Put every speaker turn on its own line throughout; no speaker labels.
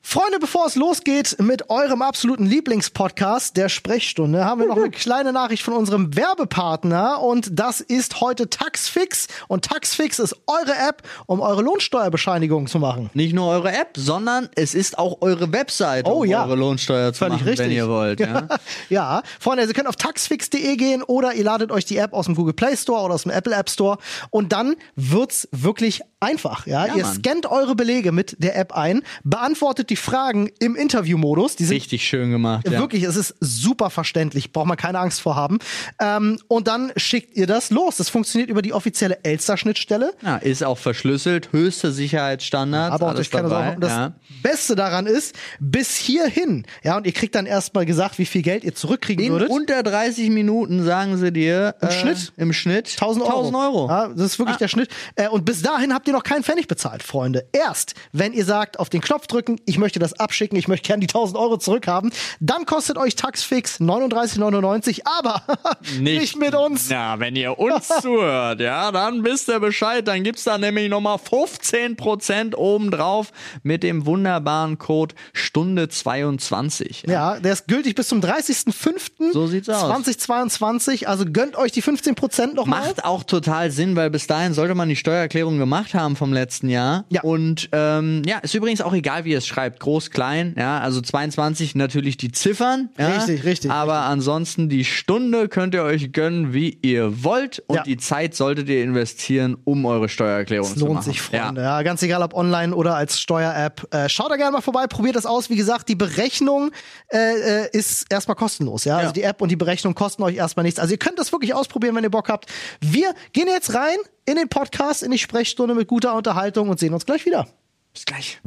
Freunde, bevor es losgeht mit eurem absoluten Lieblingspodcast der Sprechstunde, haben wir noch
Mhm.
eine kleine Nachricht von unserem Werbepartner und das ist heute Taxfix und Taxfix ist eure App, um eure Lohnsteuerbescheinigung zu machen.
Nicht nur eure App, sondern es ist auch eure Website,
Oh,
um
ja.
eure Lohnsteuer zu
Völlig
machen, wenn
richtig.
ihr wollt. Ja.
Ja, Freunde, also ihr könnt auf taxfix.de gehen oder ihr ladet euch die App aus dem Google Play Store oder aus dem Apple App Store und dann wird's wirklich einfach. Ja,
Ja,
ihr
Mann.
scannt eure Belege mit der App ein, beantwortet die Fragen im Interviewmodus, die sind
Richtig schön gemacht. Ja.
Wirklich, es ist super verständlich, braucht man keine Angst vor haben. Ähm, und dann schickt ihr das los. Das funktioniert über die offizielle Elster-Schnittstelle.
Ja, ist auch verschlüsselt, höchste Sicherheitsstandards,
Aber auch
alles
durch keine
dabei.
Sorge. Und das
ja.
Beste daran ist, bis hierhin. Ja, und ihr kriegt dann erstmal gesagt, wie viel Geld ihr zurückkriegen
In
würdet.
unter 30 Minuten sagen sie dir im
Schnitt?
im Schnitt
1000 Euro.
1000 Euro. Ah,
Ja, das ist wirklich der Schnitt. Äh, und bis dahin habt ihr noch keinen Pfennig bezahlt, Freunde. Erst, wenn ihr sagt, auf den Knopf drücken, ich möchte das abschicken, ich möchte gerne die 1000 Euro zurückhaben, dann kostet euch Taxfix 39,99, aber nicht, mit uns.
Na, wenn ihr uns zuhört, ja, dann wisst ihr Bescheid. Dann gibt's da nämlich nochmal 15% obendrauf mit dem wunderbaren Code Stunde 22.
Ja, der ist gültig bis zum 30.05.
So sieht's aus.
2022, also gönnt euch die 15% nochmal.
Macht auch total Sinn, weil bis dahin sollte man die Steuererklärung gemacht haben vom letzten Jahr.
Ja.
Und ähm, ja, ist übrigens auch egal, wie ihr es schreibt. Groß, klein, ja, also 22 natürlich die Ziffern. Ja,
Richtig, richtig,
Aber ansonsten die Stunde könnt ihr euch gönnen, wie ihr wollt. Und
Ja.
die Zeit solltet ihr investieren, um eure Steuererklärung zu machen.
Lohnt sich, Freunde. Ja. ganz egal, ob online oder als Steuer-App. Äh, schaut da gerne mal vorbei, probiert das aus. Wie gesagt, die Berechnung äh, äh, ist erstmal kostenlos. Ja? Also die App und die Berechnung kosten euch erstmal nichts. Also ihr könnt das wirklich ausprobieren, wenn ihr Bock habt. Wir gehen jetzt rein in den Podcast, in die Sprechstunde mit guter Unterhaltung und sehen uns gleich wieder.
Bis gleich.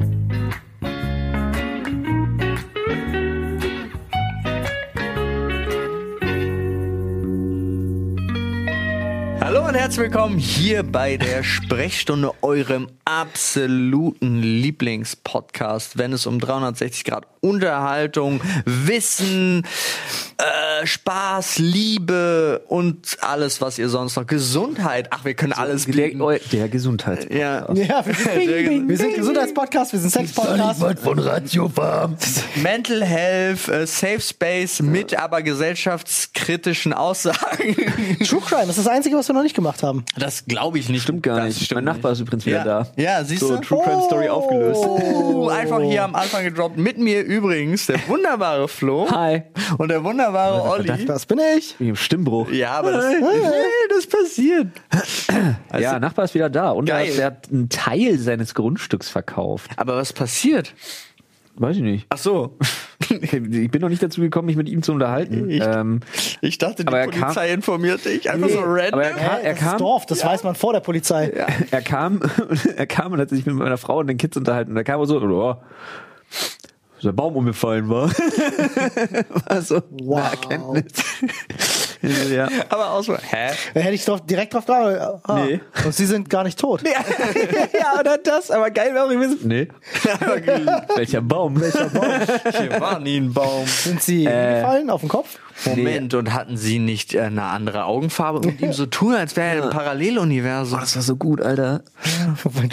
Hallo und herzlich willkommen hier bei der Sprechstunde, eurem absoluten Lieblingspodcast, wenn es um 360 Grad Unterhaltung, Wissen, äh, Spaß, Liebe und alles, was ihr sonst noch, Gesundheit, ach, wir können alles bieten.
Der, der Gesundheit.
Ja.
Ja, wir sind, wir sind Gesundheitspodcast, wir sind Sexpodcast.
von Radio Farm.
Mental Health, äh, Safe Space mit aber gesellschaftskritischen Aussagen.
True Crime, das ist das Einzige, was wir noch nicht gemacht haben.
Das glaube ich nicht.
Stimmt gar nicht. Mein Nachbar ist übrigens wieder
ja.
da.
ja, siehst
so,
du?
True Crime Story aufgelöst.
Oh, einfach hier am Anfang gedroppt. Mit mir übrigens der wunderbare Flo.
Hi.
Und der wunderbare Olli.
Das bin ich.
Wegen dem Stimmbruch.
Ja, aber das, nee, das passiert.
Ja, Nachbar ist wieder da. Und
also Geil.
er, er hat einen Teil seines Grundstücks verkauft.
Aber was passiert?
Weiß ich nicht.
Ach so.
Ich bin noch nicht dazu gekommen, mich mit ihm zu unterhalten.
Ich-
ähm,
Ich dachte, die
Aber er kam-
Polizei informiert dich. Einfach so random.
aber er kam,
Hey,
Ah, er
das ist
kam,
Dorf, das weiß man vor der Polizei.
er kam, er kam und hat sich mit meiner Frau und den Kids unterhalten. Und da kam er so, oh, dass der Baum umgefallen war. war
Also,
so eine
Wow.
Erkenntnis. ja.
aber auch so, hä?
Da hätte ich drauf, direkt drauf gedacht. Ah,
Nee.
Und sie sind gar nicht tot.
ja, oder das, aber geil wäre auch gewesen. Nee. Welcher Baum?
Hier war nie ein Baum.
Sind sie
Äh.
gefallen auf den Kopf?
Moment, und hatten sie nicht äh, eine andere Augenfarbe und ihm so tun, als wäre er im Paralleluniversum?
Oh, das war so gut, Alter.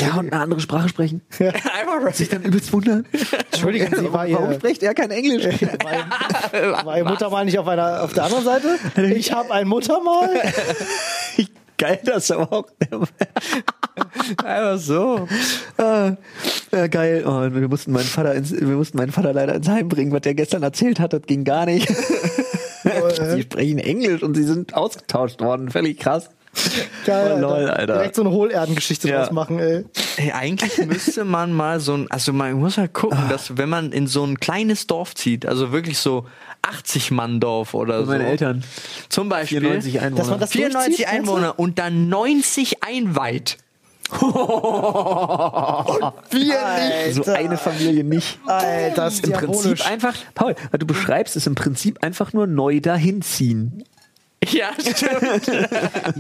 Ja, und eine andere Sprache sprechen.
Einfach
Sich dann übelst wundern.
Entschuldigen Sie, war
Warum
Ihre,
spricht er kein Englisch?
war, Ihr- war Ihre Mutter mal nicht auf, einer, auf der anderen Seite? Ich habe ein Muttermal.
Geil, das aber auch.
Einfach so.
Ah, ja, geil. Oh, und wir, mussten meinen Vater ins, wir mussten meinen Vater leider ins Heim bringen. Was der gestern erzählt hat, das ging gar nicht. sie sprechen Englisch und sie sind ausgetauscht worden. Völlig krass.
Geil,
Oh, lol, Alter.
Direkt so eine Hohlerdengeschichte
Ja.
draus machen, ey.
Ey, eigentlich müsste man mal so ein, also man muss halt
Ah.
gucken, dass wenn man in so ein kleines Dorf zieht, also wirklich so 80-Mann-Dorf oder so.
Meine Eltern.
Zum Beispiel.
94 Einwohner.
Dass man das
94
durchzieht, meinst du?
Einwohner und dann 90 einweiht. und wir nicht.
so eine Familie nicht.
Alter, das ist
Im Prinzip einfach, Paul, was du beschreibst, ist im Prinzip einfach nur neu dahinziehen.
Ja, stimmt.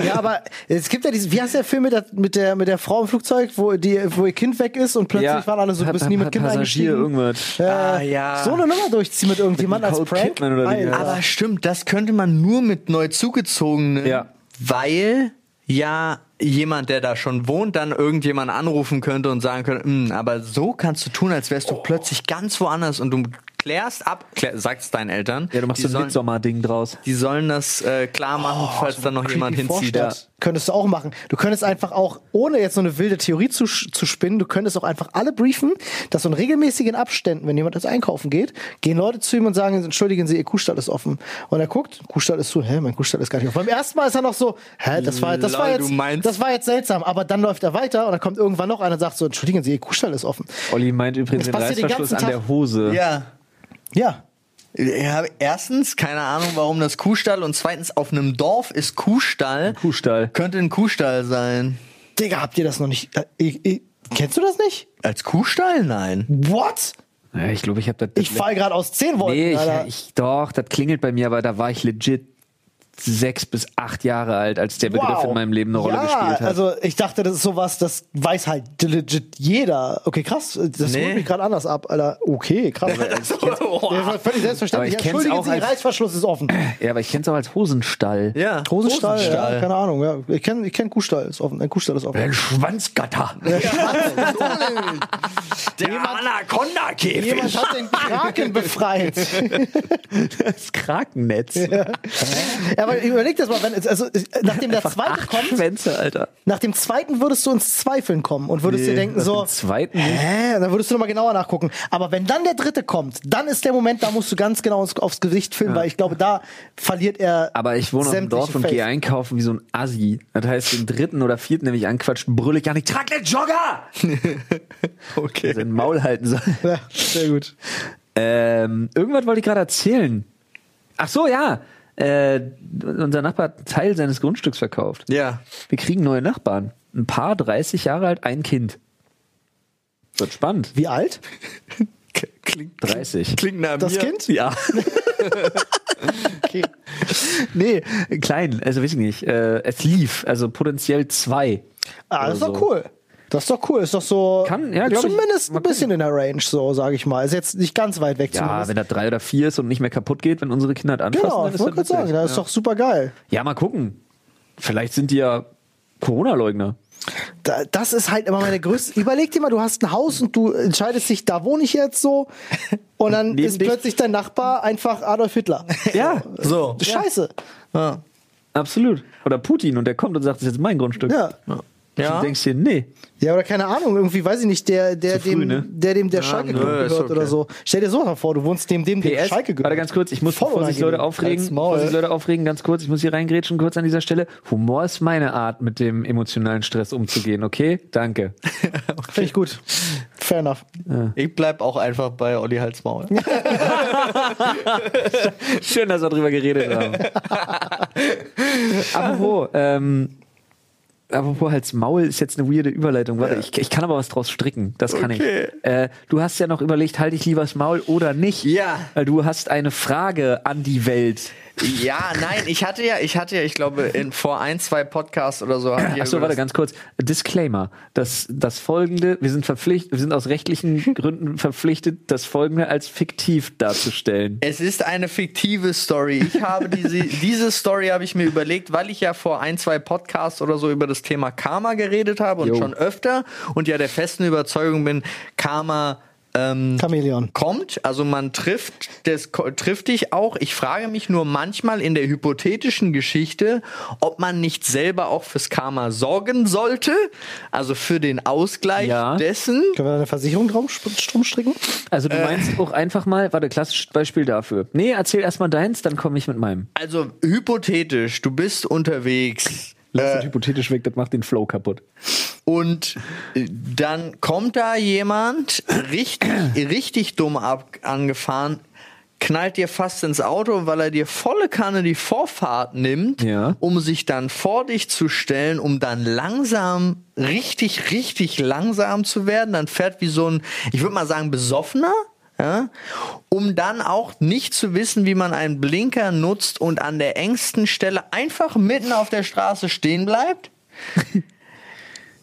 Ja, aber es gibt ja diesen, wie heißt der Film mit der, mit der, mit der Frau im Flugzeug, wo, die, wo ihr Kind weg ist und plötzlich waren alle so, du
Hat-
bist nie mit
hat
Kind
Passagier
eingestiegen.
irgendwas.
Äh,
Ah, ja.
So eine Nummer durchziehen mit irgendjemandem als
Nicole
Prank.
Kidman oder wie die
Alter.
heißt.
Aber stimmt, das könnte man nur mit neu zugezogenen,
Ja.
weil ja jemand, der da schon wohnt, dann irgendjemand anrufen könnte und sagen könnte, "Hm, aber so kannst du tun, als wärst du plötzlich ganz woanders und du klärst ab, klär, sagst deinen Eltern.
Ja, du machst
die
so ein
sollen,
Midsommar-Ding draus.
die sollen das äh,
Oh,
klar machen, falls da noch jemand
Creepy
hinzieht.
Vorstadt Könntest du auch machen. Du könntest einfach auch, ohne jetzt so eine wilde Theorie zu, sch- zu spinnen, du könntest auch einfach alle briefen, dass so in regelmäßigen Abständen, wenn jemand jetzt einkaufen geht, gehen Leute zu ihm und sagen, entschuldigen Sie, Ihr Kuhstall ist offen. Und er guckt, Kuhstall ist zu, hä, mein Kuhstall ist gar nicht offen. Beim ersten Mal ist er noch so, hä, das war, das war,
Lol,
jetzt,
du meinst-
das war jetzt seltsam. Aber dann läuft er weiter und dann kommt irgendwann noch einer und sagt so, entschuldigen Sie, Ihr Kuhstall ist offen.
Olli meint übrigens
Das
den
passiert den
Reißverschluss
ganzen
an
Tag.
der Hose.
Ja.
Ja.
Ja, erstens, keine Ahnung, warum das Kuhstall und zweitens, auf einem Dorf ist Kuhstall.
Kuhstall.
Könnte ein Kuhstall sein.
Digga, habt ihr das noch nicht, äh, ich, ich, kennst du das nicht?
Als Kuhstall? Nein.
What?
Ja, ich glaube, ich habe das.
Ich fall gerade aus zehn Wolken,
nee,
Alter.
ich, ich, doch, das klingelt bei mir, aber da war ich legit sechs bis acht Jahre alt, als der Begriff in meinem Leben eine Rolle
ja,
gespielt hat.
Also ich dachte, das ist sowas, das weiß halt legit jeder. Okay, krass, das
Nee.
holt mich gerade anders ab, Alter. Okay, krass.
Das-
Das war völlig selbstverständlich.
Also, Aber ich kenn's
Entschuldigen
auch
Sie,
als-
Reißverschluss ist offen.
ja, aber ich kenne es auch als Hosenstall.
Ja.
Hosenstall, ja,
Hosenstall.
keine Ahnung. Ja. Ich kenne ich kenn Kuhstall, ist offen. Ein Kuhstall ist offen.
Ein Schwanzgatter.
Der Anaconda-Käfig.
Jemand hat den Kraken befreit.
Das Krakennetz.
Ja, aber überleg das mal, wenn, also, nachdem der zweite
Acht
kommt,
Schwänze, Alter.
nach dem zweiten würdest du ins Zweifeln kommen und würdest dir denken
nach
so,
dem zweiten nicht.
hä, Und dann würdest du nochmal genauer nachgucken. Aber wenn dann der dritte kommt, dann ist der Moment, da musst du ganz genau ins- aufs Gesicht filmen, weil ich glaube, da verliert er
Aber ich wohne auf dem
sämtliche
Dorf und
Faith.
gehe einkaufen wie so ein Assi. Das heißt, den dritten oder vierten, der mich anquatscht, brülle ich gar nicht, trag den Jogger!
Okay.
Sein Maul halten soll.
Ja, sehr gut.
Ähm, irgendwas wollte ich gerade erzählen. Ach so, ja. Äh, unser Nachbar hat einen Teil seines Grundstücks verkauft.
Ja.
Wir kriegen neue Nachbarn. Ein Paar, 30 Jahre alt, ein Kind. Wird spannend.
Wie alt?
Klingt,
30.
klingt nach
Das
mir.
Kind?
Ja.
Okay.
nee, klein. Also, weiß ich nicht. Äh, es lief. Also, potenziell zwei.
Ah, das ist
Oder
doch
so.
cool. Das ist doch cool. Ist doch so
Also. Kann- ja, glaub ich,
zumindest
mal
ein bisschen in der Range, so sage ich mal. Ist jetzt nicht ganz weit weg
Ja,
zumindest.
wenn das drei oder vier ist und nicht mehr kaputt geht, wenn unsere Kinder das anfassen,
Genau,
dann
ich
ist halt
wollte
das
gerade sagen,
witzig.
das ist doch super geil.
Ja, mal gucken. Vielleicht sind die ja Corona-Leugner.
Da, das ist halt immer meine größte. Überleg dir mal, du hast ein Haus und du entscheidest dich, da wohne ich jetzt so. Und dann
Neben
ist
dich.
plötzlich dein Nachbar einfach Adolf Hitler.
Ja,
So.
Scheiße.
Ja.
absolut. Oder Putin und der kommt und sagt, das ist jetzt mein Grundstück.
Ja.
Und
Ja.
du denkst dir, nee.
Ja, oder keine Ahnung, irgendwie weiß ich nicht, der, der,
Zu früh,
dem,
ne?
der dem der Schalke
nö,
Club
ist
gehört
okay.
oder so. Stell dir so mal vor, du wohnst dem, dem, dem
PS,
Schalke gehört.
warte ganz kurz, ich muss,
Voll
bevor sich Leute
unangenehm.
aufregen,
Halt's Maul.
bevor sich Leute aufregen, ganz kurz, ich muss hier reingrätschen kurz an dieser Stelle. Humor ist meine Art, mit dem emotionalen Stress umzugehen, okay? Danke.
Finde ich gut. Fair enough.
Ich bleib auch einfach bei Olli Halsmaul.
Schön, dass wir drüber geredet haben. apropos, ähm, apropos Hals Maul ist jetzt eine weirde Überleitung. Warte, ich, ich kann aber was draus stricken. Das kann
Okay.
ich. Äh, du hast ja noch überlegt, halte ich lieber das Maul oder nicht?
Ja.
Weil du hast eine Frage an die Welt.
ja, nein, ich hatte ja, ich hatte ja, ich glaube, in, vor ein, zwei Podcasts oder so. hatte ich ja
Achso,
über
warte
das-
ganz kurz. Disclaimer. Das, das folgende, wir sind verpflichtet, wir sind aus rechtlichen Gründen verpflichtet, das folgende als fiktiv darzustellen.
Es ist eine fiktive Story. Ich habe diese, diese Story habe ich mir überlegt, weil ich ja vor ein, zwei Podcasts oder so über das Thema Karma geredet habe und
Jo.
schon öfter und ja der festen Überzeugung bin, Karma ähm,
Chamäleon.
kommt, also man trifft, das ko- trifft dich auch. Ich frage mich nur manchmal in der hypothetischen Geschichte, ob man nicht selber auch fürs Karma sorgen sollte, also für den Ausgleich
Ja.
dessen.
Können wir da eine Versicherung drum, drum stricken?
Also du meinst auch einfach mal, warte, klassisches Beispiel dafür. Nee, erzähl erstmal deins, dann komme ich mit meinem.
Also hypothetisch, du bist unterwegs.
Lass das hypothetisch weg, das macht den Flow kaputt.
Und äh, dann kommt da jemand richtig, richtig dumm ab angefahren, knallt dir fast ins Auto, weil er dir volle Kanne die Vorfahrt nimmt,
Ja.
um sich dann vor dich zu stellen, um dann langsam, richtig, richtig langsam zu werden. Dann fährt wie so ein, ich würde mal sagen, besoffener. Ja, um dann auch nicht zu wissen, wie man einen Blinker nutzt und an der engsten Stelle einfach mitten auf der Straße stehen bleibt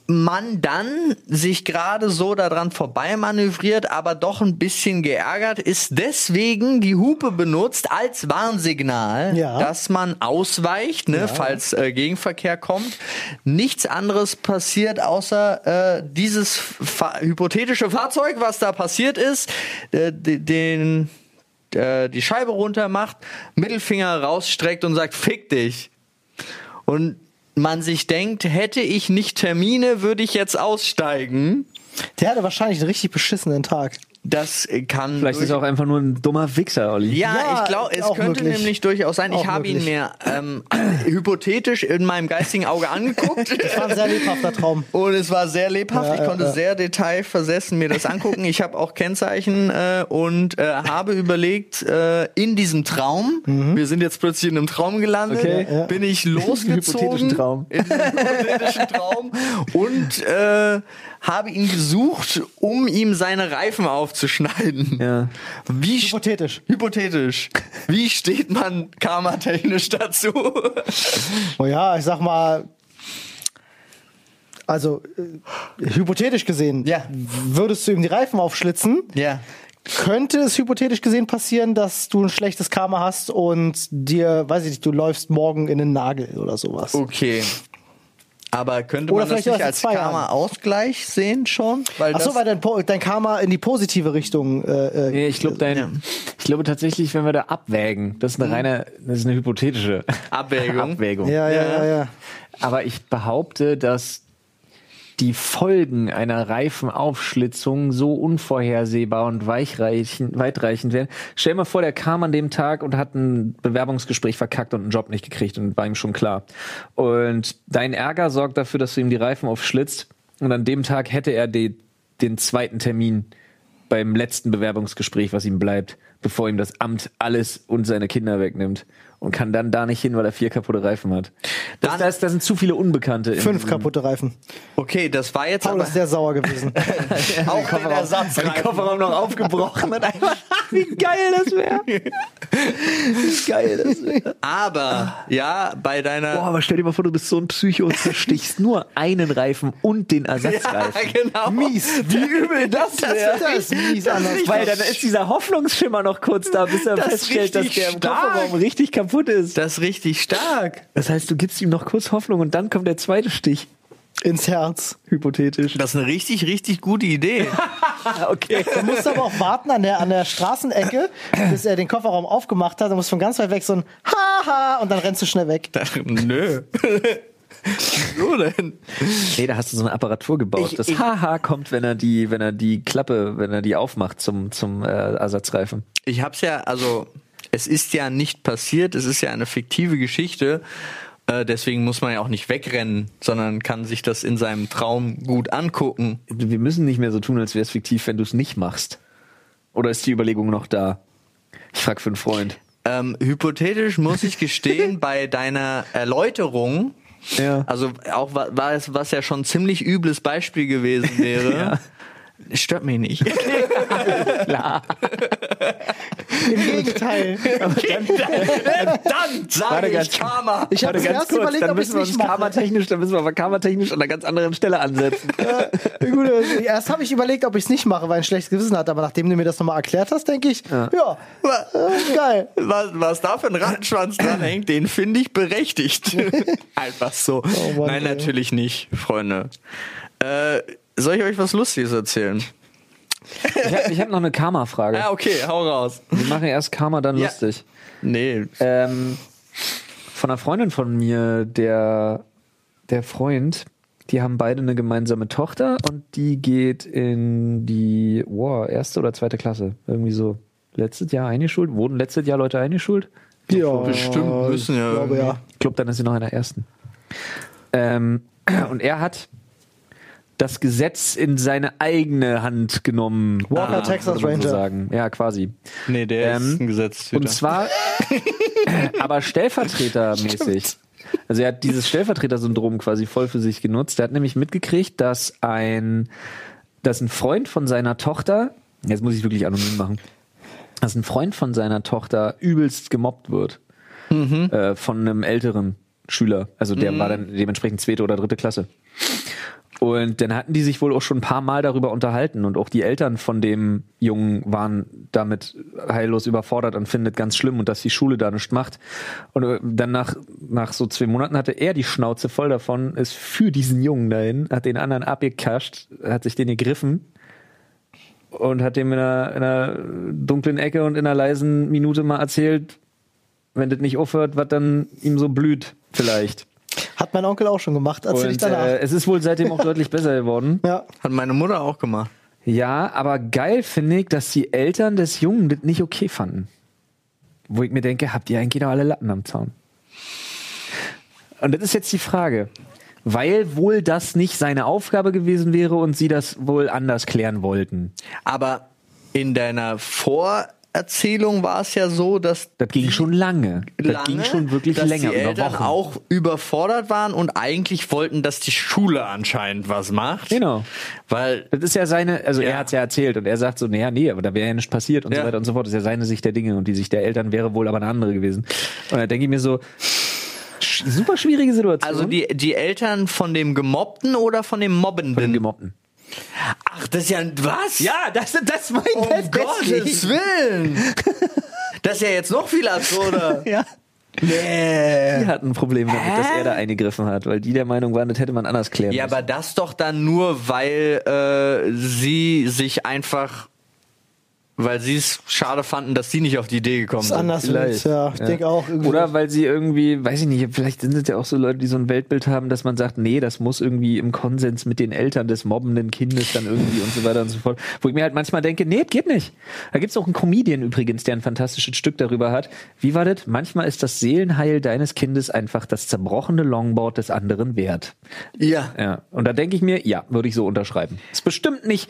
man dann sich gerade so daran vorbei manövriert, aber doch ein bisschen geärgert ist, deswegen die Hupe benutzt als Warnsignal,
Ja.
dass man ausweicht, ne, falls äh, Gegenverkehr kommt. Nichts anderes passiert, außer äh, dieses fa hypothetische Fahrzeug, was da passiert ist, äh, de- den äh, die Scheibe runter macht, Mittelfinger rausstreckt und sagt, fick dich. Und man sich denkt, hätte ich nicht Termine, würde ich jetzt aussteigen.
Der hatte wahrscheinlich einen richtig beschissenen Tag.
Das äh, kann.
Vielleicht ist er auch einfach nur ein dummer Wichser, Olli.
ja,
Ja,
ich glaube, es
auch
könnte
möglich.
nämlich durchaus sein.
Auch
ich habe ihn
möglich.
mir ähm, hypothetisch in meinem geistigen Auge angeguckt.
Das war ein sehr lebhafter Traum.
Und es war sehr lebhaft.
Ja,
ich
ja,
konnte
ja.
sehr detailversessen mir das angucken. Ich habe auch Kennzeichen äh, und äh, habe überlegt, äh, in diesem Traum, wir sind jetzt plötzlich in einem Traum gelandet,
Okay.
Ja, ja.
bin ich
hypothetischen
losgezogen.
Traum.
In diesem hypothetischen Traum. Und äh, habe ihn gesucht, um ihm seine Reifen aufzuschneiden.
Ja.
Wie st-
Hypothetisch.
Hypothetisch. Wie steht man karmatechnisch dazu?
Oh ja, ich sag mal. Also, äh, hypothetisch gesehen,
Ja.
würdest du ihm die Reifen aufschlitzen,
ja.
könnte es hypothetisch gesehen passieren, dass du ein schlechtes Karma hast und dir, weiß ich nicht, du läufst morgen in den Nagel oder sowas.
Okay. Aber könnte
Oder
man das
vielleicht erst
nicht
in
als
zwei Jahren.
Karma-Ausgleich sehen schon? Weil
Ach so,
das-
weil dein, Po- dein Karma in die positive Richtung. Äh, äh,
Nee, ich glaube,
Ja. Mhm.
dein, ich glaube tatsächlich, wenn wir da abwägen, das ist eine reine, das ist eine hypothetische
Abwägung.
Abwägung.
ja, ja, ja, ja.
Aber ich behaupte, dass die Folgen einer Reifenaufschlitzung so unvorhersehbar und weichreichend, weitreichend werden. Stell dir mal vor, der kam an dem Tag und hat ein Bewerbungsgespräch verkackt und einen Job nicht gekriegt und war ihm schon klar. Und dein Ärger sorgt dafür, dass du ihm die Reifen aufschlitzt und an dem Tag hätte er die, den zweiten Termin beim letzten Bewerbungsgespräch, was ihm bleibt, bevor ihm das Amt alles und seine Kinder wegnimmt und kann dann da nicht hin, weil er vier kaputte Reifen hat. Das,
Dann-
das, das sind zu viele Unbekannte. in
Fünf
diesem-
kaputte Reifen.
Okay, das war jetzt
Paul
aber
ist sehr sauer gewesen.
auch den Ersatz.
Den Kofferraum noch aufgebrochen und einfach, wie geil das wäre. Wie geil das wäre.
Aber, ja, bei deiner...
Boah, aber stell dir mal vor, du bist so ein Psycho und zerstichst nur einen Reifen und den Ersatzreifen.
genau.
Mies, wie übel das wäre.
das ist mies anders.
Weil dann ist dieser Hoffnungsschimmer noch kurz da, bis er
Das ist
feststellt, dass
richtig
der im
stark.
Kofferraum richtig kaputt ist.
Das ist richtig stark.
Das heißt, du gibst ihm noch kurz Hoffnung und dann kommt der zweite Stich,
ins Herz.
hypothetisch.
Das ist eine richtig, richtig gute Idee.
okay.
Du musst aber auch warten an der, an der Straßenecke, bis er den Kofferraum aufgemacht hat. Du musst von ganz weit weg so ein Haha und dann rennst du schnell weg.
Nö. Wieso denn?
Nee, da hast du so eine Apparatur gebaut.
Ich-
das
ich-
Haha kommt, wenn er die, wenn er die Klappe, wenn er die aufmacht zum, zum äh, Ersatzreifen.
Ich hab's ja, also, es ist ja nicht passiert. Es ist ja eine fiktive Geschichte. Äh, Deswegen muss man ja auch nicht wegrennen, sondern kann sich das in seinem Traum gut angucken.
Wir müssen nicht mehr so tun, als wäre es fiktiv, wenn du es nicht machst. Oder ist die Überlegung noch da? Ich frag für einen Freund.
Ähm, hypothetisch muss ich gestehen, bei deiner Erläuterung,
Ja.
also auch wa- war es, was ja schon ein ziemlich übles Beispiel gewesen wäre, stört mich nicht.
Klar.
Im Gegenteil.
Verdammt, sage
Warte,
ich
ganz-
Karma.
Ich habe
Warte,
zuerst überlegt,
dann
ob ich es
müssen wir
nicht
uns
mache.
karmatechnisch, dann müssen wir aber karmatechnisch an einer ganz anderen Stelle ansetzen.
Äh, Gut, äh, erst habe ich überlegt, ob ich es nicht mache, weil ich ein schlechtes Gewissen hatte. Aber nachdem du mir das nochmal erklärt hast, denke ich, ja, äh, geil.
Was, was da für ein Rattenschwanz dran hängt, den finde ich berechtigt. Einfach so.
Oh
Mann,
Nein,
ey.
natürlich nicht, Freunde. Äh, soll ich euch was Lustiges erzählen?
Ich habe hab noch eine Karma-Frage.
Ah, okay, hau raus.
Wir machen erst Karma, dann
Ja.
lustig.
Nee,
Ähm, von einer Freundin von mir, der, der Freund, die haben beide eine gemeinsame Tochter und die geht in die wow, erste oder zweite Klasse. Irgendwie so. Letztes Jahr eingeschult? Wurden letztes Jahr Leute eingeschult?
Ja,
bestimmt müssen ja
Ich glaube, ja.
Ich glaube, dann ist sie noch in der ersten. Ähm, und er hat das Gesetz in seine eigene Hand genommen.
Walker,
Ah,
Texas
würde man So
Ranger.
sagen. Ja, quasi.
nee der
Ähm,
ist ein Gesetzeshüter.
Und zwar, aber stellvertretermäßig. Also er hat dieses Stellvertreter-Syndrom quasi voll für sich genutzt. Er hat nämlich mitgekriegt, dass ein, dass ein Freund von seiner Tochter, jetzt muss ich wirklich anonym machen, dass ein Freund von seiner Tochter übelst gemobbt wird äh, von einem älteren Schüler. Also der war dann dementsprechend zweite oder dritte Klasse. Und dann hatten die sich wohl auch schon ein paar Mal darüber unterhalten und auch die Eltern von dem Jungen waren damit heillos überfordert und findet ganz schlimm und dass die Schule da nichts macht. Und äh, dann nach, nach so zwei Monaten hatte er die Schnauze voll davon, ist für diesen Jungen dahin, hat den anderen abgekascht, hat sich den gegriffen und hat dem in einer, in einer dunklen Ecke und in einer leisen Minute mal erzählt, wenn das nicht aufhört, was dann ihm so blüht vielleicht.
Hat mein Onkel auch schon gemacht, erzähl ich
Und
danach.
äh, es ist wohl seitdem auch deutlich besser geworden.
ja.
Hat meine Mutter auch gemacht.
Ja, aber geil finde ich, dass die Eltern des Jungen das nicht okay fanden. Wo ich mir denke, habt ihr eigentlich noch alle Latten am Zaun? Und das ist jetzt die Frage. Weil wohl das nicht seine Aufgabe gewesen wäre und sie das wohl anders klären wollten.
Aber in deiner Vorerzählung war es ja so, dass
Das ging schon lange.
lange,
das ging schon wirklich
dass
länger,
die Eltern
über Wochen.
auch überfordert waren und eigentlich wollten, dass die Schule anscheinend was macht.
Genau.
Weil
Das ist ja seine, also
Ja.
er hat's ja erzählt und er sagt so, naja, nee, aber da wäre ja nichts passiert und
Ja.
so weiter und so fort. Das ist ja seine Sicht der Dinge und die Sicht der Eltern wäre wohl aber eine andere gewesen. Und da denke ich mir so, sch- super schwierige Situation.
also die, die Eltern von dem Gemobbten oder von dem
Den
Mobbenden?
Gemobbten.
Ach, das ist ja ein- was?
Ja, das, das mein
Um Gottes Willen! Das ist ja jetzt noch viel absurder.
Ja.
Nee.
Die hatten ein Problem damit, dass
Hä?
er da eingegriffen hat, weil die der Meinung waren, das hätte man anders klären
Ja,
müssen.
aber das doch dann nur, weil äh, sie sich einfach, weil sie es schade fanden, dass sie nicht auf die Idee gekommen
Ist
sind.
anders wird's, ja. Ich denk auch irgendwie.
Oder weil sie irgendwie, weiß ich nicht, vielleicht sind es ja auch so Leute, die so ein Weltbild haben, dass man sagt, nee, das muss irgendwie im Konsens mit den Eltern des mobbenden Kindes dann irgendwie und so weiter und so fort. Wo ich mir halt manchmal denke, nee, das geht nicht. Da gibt's auch einen Comedian übrigens, der ein fantastisches Stück darüber hat. Wie war das? Manchmal ist das Seelenheil deines Kindes einfach das zerbrochene Longboard des anderen wert.
Ja.
Ja, und da denke ich mir, ja, würde ich so unterschreiben. Ist bestimmt nicht,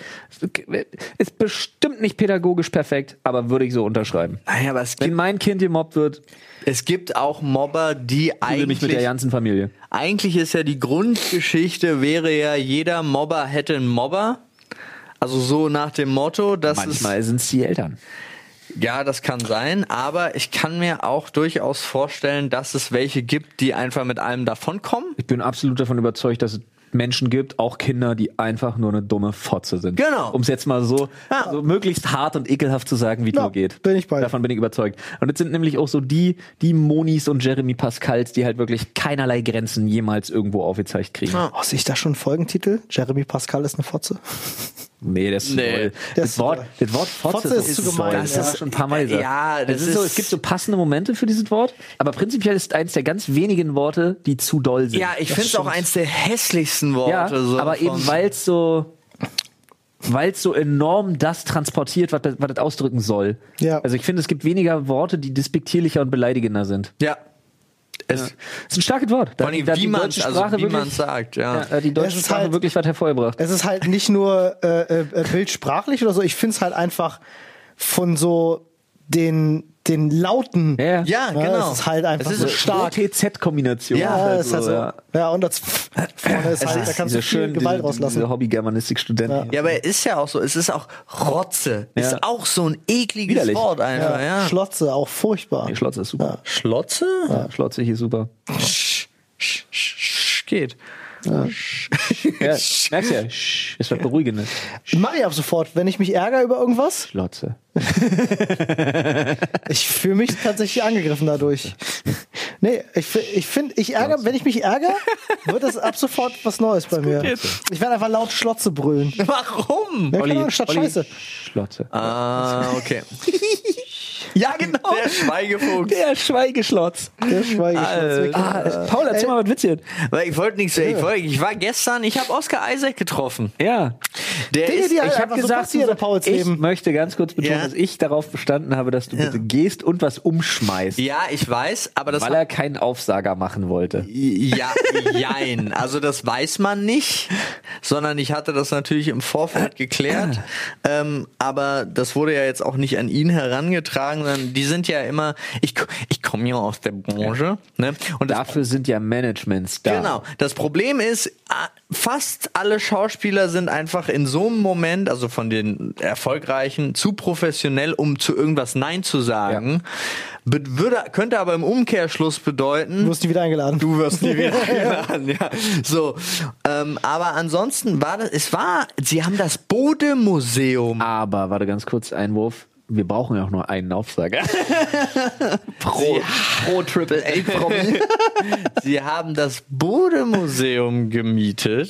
ist bestimmt nicht pädagogisch perfekt, aber würde ich so unterschreiben.
Naja, aber es
Wenn
gibt,
mein Kind gemobbt wird,
es gibt auch Mobber, die
fühle mich mit der
eigentlich,
ganzen Familie.
eigentlich ist ja die Grundgeschichte wäre ja, jeder Mobber hätte einen Mobber. Also so nach dem Motto, das ist
Manchmal sind es die Eltern.
Ja, das kann sein, aber ich kann mir auch durchaus vorstellen, dass es welche gibt, die einfach mit allem davonkommen.
Ich bin absolut davon überzeugt, dass es Menschen gibt, auch Kinder, die einfach nur eine dumme Fotze sind.
Genau.
Um es jetzt mal so, so möglichst hart und ekelhaft zu sagen, wie es
Ja,
nur geht.
bin ich bei dir.
Davon bin ich überzeugt. Und jetzt sind nämlich auch so die, die Monis und Jeremy Pascals, die halt wirklich keinerlei Grenzen jemals irgendwo aufgezeigt kriegen.
Oh, sehe ich da schon einen Folgentitel? Jeremy Pascal ist eine Fotze.
Nee, das ist
Nee.
nee.
Das
Das,
ist
Wort,
doll.
das Wort Fotze,
Fotze ist zu gemein,
Das
ja.
ist schon ein paar Mal gesagt.
Äh, Ja,
das,
das
ist so,
ist-
es gibt so passende Momente für dieses Wort, aber prinzipiell ist eins der ganz wenigen Worte, die zu doll sind.
Ja, ich finde es auch eins der hässlichsten Worte.
ja
so
aber
von-
eben weil es so weil es so enorm das transportiert, was das, was das ausdrücken soll.
Ja.
Also ich finde, es gibt weniger Worte, die despektierlicher und beleidigender sind.
Ja. Es,
Das ist ein starkes Wort. Da,
Vor allem,
da hat
wie
die
man's-
deutsche
also
Sprache
wie
wirklich- äh,
man's sagt, ja.
da hat die deutsche
Es ist
Sprache
halt-
wirklich was hervorgebracht.
Es ist halt nicht nur äh, äh, äh, bildsprachlich oder so, ich finde es halt einfach von so den, den Lauten.
Ja, ja.
Ja,
Ne,
genau.
Es ist halt einfach
Es ist
so
stark.
TZ-Kombination.
Ja, ist halt so. Ja, und das vorne ist halt, da kannst du viel Gewalt rauslassen.
Diese Hobby-Germanistik-Studenten.
Ja, aber er ist ja auch so. Es ist auch Rotze. Ist
Ja.
auch so ein ekliges
Widerlich.
Wort einfach, ja.
Schlotze, auch furchtbar.
Nee, Schlotze ist super.
Schlotze?
Ja. Schlotze hier ist super.
Sch, sch, sch, sch, geht.
Ja, merkst ja, Sch, ist was Beruhigendes.
Mache ich ab sofort, wenn ich mich ärgere über irgendwas.
Schlotze.
Ich fühle mich tatsächlich angegriffen dadurch. Nee, ich, fi- ich finde, ich ärgere, wenn ich mich ärgere, wird das ab sofort was Neues bei mir. Ich werde einfach laut Schlotze brüllen.
Warum?
Ja, keine Ahnung, statt
Olli,
Scheiße.
Schlotze.
Ah, okay.
Ja, genau.
Der Schweigefuchs.
Der Schweigeschlotz.
Der Schweigeschlotze.
Ah, Paul, erzähl mal was Witzchen.
Weil ich wollte nichts, ich, wollte, ich war gestern, ich habe Oscar Isaac getroffen.
Ja.
Der
Dinge,
ist,
die halt
ich
einfach
habe
so
gesagt,
passieren in Pauls
ich
Leben.
möchte ganz kurz betonen,
Ja.
dass ich darauf bestanden habe, dass du bitte gehst und was umschmeißt,
ja, ich weiß, aber das
weil er keinen Aufsager machen wollte.
ja, jein. Also das weiß man nicht, sondern ich hatte das natürlich im Vorfeld geklärt. Ähm, aber das wurde ja jetzt auch nicht an ihn herangetragen, sondern die sind ja immer. Ich, ko- ich komme ja aus der Branche. Ne? Und das
Dafür sind ja Managements da.
Genau. Das Problem ist, a- fast alle Schauspieler sind einfach in so einem Moment, also von den Erfolgreichen, zu professionell, um zu irgendwas Nein zu sagen. Be- Würde, könnte aber im Umkehrschluss bedeuten,
Du wirst nie wieder eingeladen.
Du wirst nie wieder eingeladen, ja. So. Ähm, aber ansonsten war das, es war, sie haben das Bode-Museum.
Aber, warte ganz kurz, Einwurf. Wir brauchen ja auch nur einen Aufsager. pro, pro Triple A Promi.
Sie haben das Bode-Museum gemietet.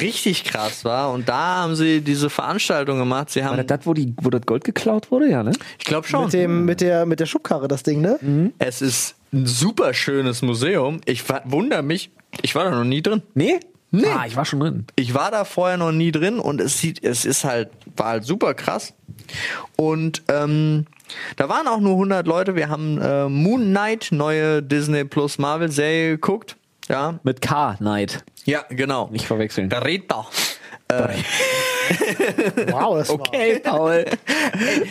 Richtig krass war. Und da haben sie diese Veranstaltung gemacht. Sie
War
haben,
das das, wo, die, wo das Gold geklaut wurde? Ja, ne?
ich glaube schon,
Mit, dem, mit, der, mit der Schubkarre, das Ding, ne?
Mhm.
es ist ein super schönes Museum. Ich wa- wundere mich, ich war da noch nie drin.
Nee? Nee. Ah, ich war schon drin.
Ich war da vorher noch nie drin und es sieht, es ist halt, war halt super krass. Und ähm, da waren auch nur 100 Leute. Wir haben äh, Moon Knight, neue Disney Plus Marvel Serie geguckt. Ja,
Mit K, Night.
ja, genau.
Nicht verwechseln.
Rita.
Wow, das war.
Äh,
Hey, Paul.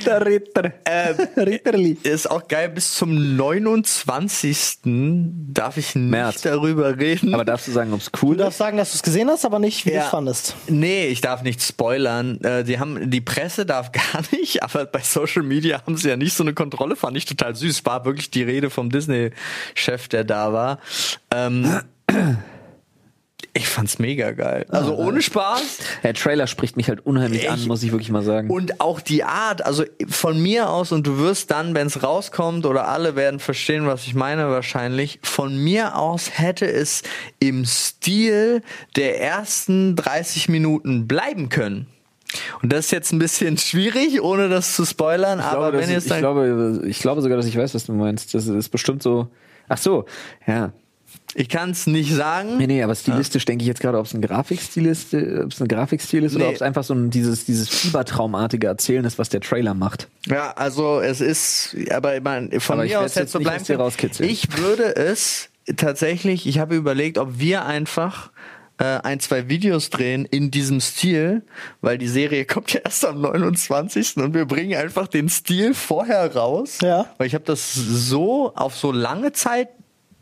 Der Ritter. Ritterli.
Ist auch geil, bis zum 29. darf ich nicht
März.
darüber reden.
Aber darfst du sagen, ob's
Du
cool ist?
darfst sagen, dass du es gesehen hast, aber nicht, wie du
Ja.
es fandest.
Nee, ich darf nicht spoilern. Äh, die haben die Presse darf gar nicht, aber bei Social Media haben sie ja nicht so eine Kontrolle. Fand ich total süß. War wirklich die Rede vom Disney-Chef, der da war. Ähm, ich fand's mega geil. Also ohne Spaß.
Der Trailer spricht mich halt unheimlich an,
Ich-
muss ich wirklich mal sagen.
Und auch die Art, also von mir aus, und du wirst dann, wenn es rauskommt, oder alle werden verstehen, was ich meine wahrscheinlich, von mir aus hätte es im Stil der ersten 30 Minuten bleiben können. Und das ist jetzt ein bisschen schwierig, ohne das zu spoilern,
Ich
aber
glaube,
wenn ihr
dass
es
ich, ich,
dann.
glaube, ich glaube sogar, dass ich weiß, was du meinst. Das ist bestimmt so. Ach so, ja.
Ich kann es nicht sagen.
Nee, nee, aber stilistisch denke ich jetzt gerade, ob es ein Grafikstil ist, äh, ob es ein Grafikstil ist oder
Nee.
ob es einfach so ein, dieses, dieses Fiebertraumartige Erzählen ist, was der Trailer macht.
Ja, also es ist, aber ich meine, von
Aber ich
mir
werd's
aus hätte
jetzt
so
nicht
bleiben
aus dir rauskitzeln.
Ich würde es tatsächlich, ich habe überlegt, ob wir einfach äh, ein, zwei Videos drehen in diesem Stil, weil die Serie kommt ja erst am 29. und wir bringen einfach den Stil vorher raus.
Ja.
Weil ich habe das so auf so lange Zeit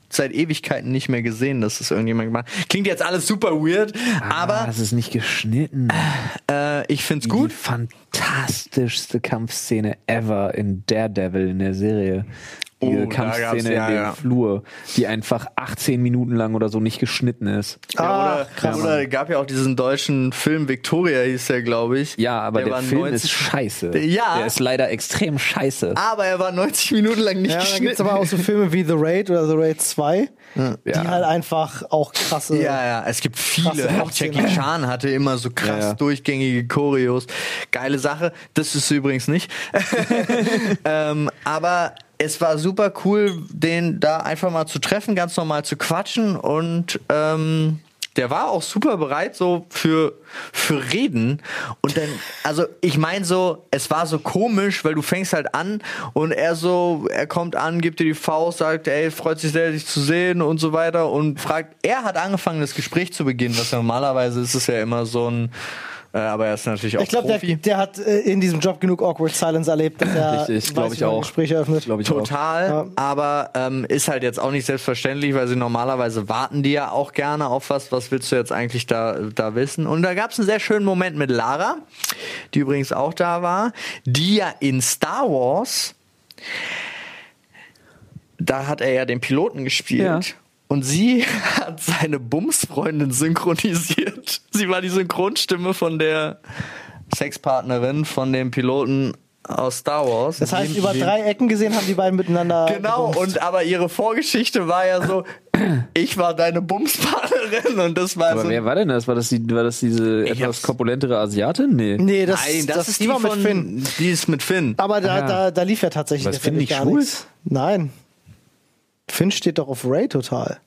seit Ewigkeiten nicht mehr gesehen, dass das irgendjemand gemacht hat. Klingt jetzt alles super weird,
ah,
aber
es ist nicht geschnitten.
äh, ich find's gut.
Die fantastischste Kampfszene ever in Daredevil in der Serie. Die
Oh, da gab's-
Kampfszene
ja,
in dem
ja.
Flur, die einfach 18 Minuten lang oder so nicht geschnitten ist.
Ah,
Ja, oder,
krass.
oder gab ja auch diesen deutschen Film Victoria hieß der, glaube ich.
Ja, aber der,
war
Film
90
ist scheiße.
Ja. Ah,
Der ist leider extrem scheiße.
Aber er war 90 Minuten lang nicht
Ja, da
geschnitten.
gibt's aber auch so Filme wie The Raid oder The Raid 2, die
Ja.
halt einfach auch krasse.
ja, ja, es gibt viele.
Krasse
Auch Jackie
Kampfszene.
Chan hatte immer so krass
Ja, ja.
durchgängige Choreos. Geile Sache. Das ist sie übrigens nicht. ähm, aber es war super cool, den da einfach mal zu treffen, ganz normal zu quatschen und ähm, der war auch super bereit so für für Reden und dann also ich meine so es war so komisch, weil du fängst halt an und er so er kommt an, gibt dir die Faust, sagt ey freut sich sehr dich zu sehen und so weiter und fragt er hat angefangen das Gespräch zu beginnen, was ja normalerweise ist es ja immer so ein äh, aber er ist natürlich auch
Ich glaube, der,
Profi.
der hat äh, in diesem Job genug Awkward Silence erlebt, dass er
Richtig,
weiß,
glaub
wie
ich
man
auch.
Gespräche eröffnet.
Glaub ich auch.
Total,
Ja.
aber ähm, ist halt jetzt auch nicht selbstverständlich, weil sie normalerweise warten die ja auch gerne auf was. Was willst du jetzt eigentlich da, da wissen? Und da gab es einen sehr schönen Moment mit Lara, die übrigens auch da war, die ja in Star Wars, da hat er ja den Piloten gespielt.
Ja.
Und sie hat seine Bumsfreundin synchronisiert. Sie war die Synchronstimme von der Sexpartnerin von dem Piloten aus Star Wars.
Das heißt, über drei Ecken gesehen haben die beiden miteinander.
Genau,
gebumst.
und aber ihre Vorgeschichte war ja so, ich war deine Bumspartnerin und das war
Aber
so.
wer war denn das? War das, die, war das diese
Also hab's-
etwas korpulentere Asiatin? Nee.
Nee, das,
Nein,
das, ist die war mit
von-
Finn.
Die ist mit Finn.
Aber da,
Ah, ja.
da, da lief ja tatsächlich
Was,
letztendlich
Finn nicht
gar
schwul?
nichts. Nein. Finn steht doch auf Ray total.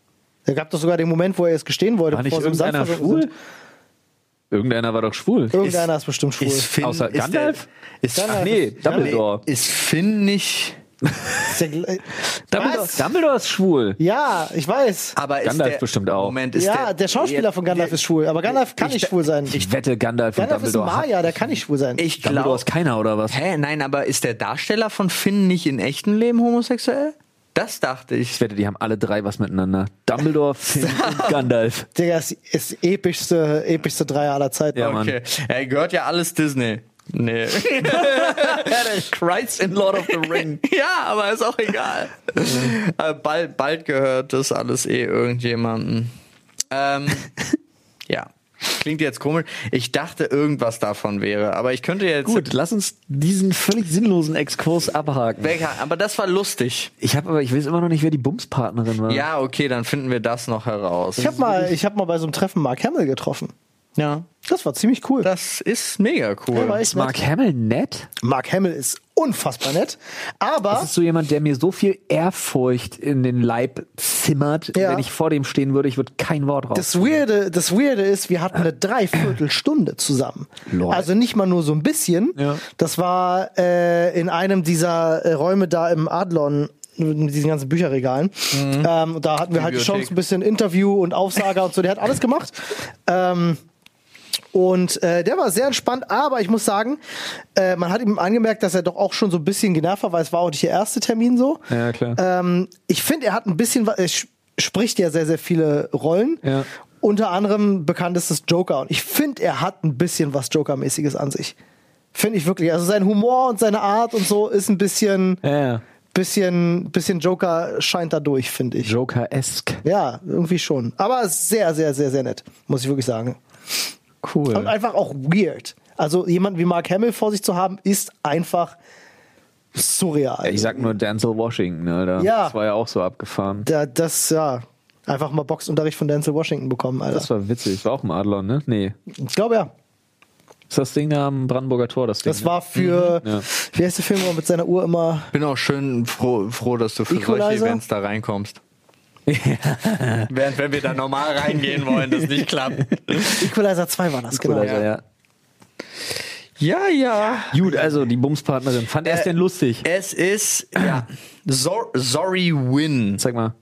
Da gab doch sogar den Moment, wo er jetzt gestehen wollte,
War nicht
bevor um sie im Sand
irgendeiner
versunken
schwul?
sind.
Irgendeiner war doch schwul.
Irgendeiner ist, bestimmt schwul.
Ist Finn,
Außer
ist
Gandalf?
Der, ist, ah,
Gandalf
ach
Nee,
ist- Gandalf-
Dumbledore.
nee, ist Finn nicht.
Ist der gl-
Dumbledore,
Was?
Dumbledore ist schwul.
Ja, ich weiß.
Aber ist
Gandalf
der,
bestimmt auch.
Moment, Ah, ist
Ja,
der,
der Schauspieler von Gandalf ist schwul, aber Gandalf kann nicht schwul sein.
Ich wette, Gandalf,
Gandalf
und
ist ein
Dumbledore.
Maya, der kann nicht schwul sein.
Ich
Dumbledore
glaube.
ist keiner, oder was?
Hä, nein, aber ist der Darsteller von Finn nicht in echten Leben homosexuell? Das dachte ich.
Ich wette, die haben alle drei was miteinander. Dumbledore, Finn und Gandalf.
Digga, das ist das epischste, epischste Dreier aller Zeiten.
Ja, Mann.
Okay. Ja, gehört ja alles Disney. Nee.
Christ in Lord of the Ring.
ja, aber ist auch egal. Äh, bald, bald gehört das alles eh irgendjemandem. Ähm, ja. Klingt jetzt komisch. Ich dachte, irgendwas davon wäre. Aber ich könnte jetzt.
Gut, lass uns diesen völlig sinnlosen Exkurs abhaken.
Weg- Aber das war lustig.
Ich habe aber, ich weiß immer noch nicht, wer die Bumspartnerin war.
Ja, okay, dann finden wir das noch heraus.
Ich habe mal, ich hab mal bei so einem Treffen Mark Hamill getroffen.
ja.
Das war ziemlich cool.
Das ist mega
Der war
cool.
echt nett.
Mark Hamill nett?
Mark Hamill ist unfassbar nett. Aber
Das ist so jemand, der mir so viel Ehrfurcht in den Leib zimmert,
Ja.
wenn ich vor dem stehen würde, ich würde kein Wort raus.
Das Weirde, das Weirde ist, wir hatten eine Dreiviertelstunde zusammen.
Lol.
Also nicht mal nur so ein bisschen.
Ja.
Das war äh, in einem dieser äh, Räume da im Adlon mit diesen ganzen Bücherregalen.
Mhm.
Ähm, da hatten wir halt die
Bibliothek.
Chance, ein bisschen Interview und Aufsager und so. Der hat alles gemacht. Ähm, und äh, der war sehr entspannt, aber ich muss sagen, äh, man hat ihm angemerkt, dass er doch auch schon so ein bisschen genervt war, weil es war auch nicht der erste Termin so.
Ja, klar.
Ähm, ich finde, er hat ein bisschen, wa- er sch- spricht ja sehr, sehr viele Rollen.
Ja.
Unter anderem bekannt ist das Joker. Und ich finde, er hat ein bisschen was Joker-mäßiges an sich. Finde ich wirklich. Also sein Humor und seine Art und so ist ein bisschen,
ja, ja.
bisschen, bisschen Joker scheint da durch, finde ich.
Joker-esque.
Ja, irgendwie schon. Aber sehr, sehr, sehr, sehr nett, muss ich wirklich sagen.
Cool.
Und einfach auch weird. Also jemand wie Mark Hamill vor sich zu haben, ist einfach surreal.
Ich sag nur Denzel Washington, Alter.
Ja.
Das war ja auch so abgefahren.
Da, das, ja. Einfach mal Boxunterricht von Denzel Washington bekommen, Alter.
Das war witzig. War auch im Adlon, ne? Nee.
Ich glaube ja.
Ist das Ding da am Brandenburger Tor, das Ding?
Das
ne?
war für,
Ja.
wie heißt der Film, wo er mit seiner Uhr immer.
Ich bin auch schön froh, froh dass du für solche
Equalizer?
Events da reinkommst. Während wenn wir da normal reingehen wollen, das nicht klappt.
Equalizer 2 war das, genau.
Oder so, ja.
Ja, ja.
Gut, also die Bumspartnerin. Fand er es denn lustig?
Es ist ja, Sor- Sorry Win,
Zeig mal.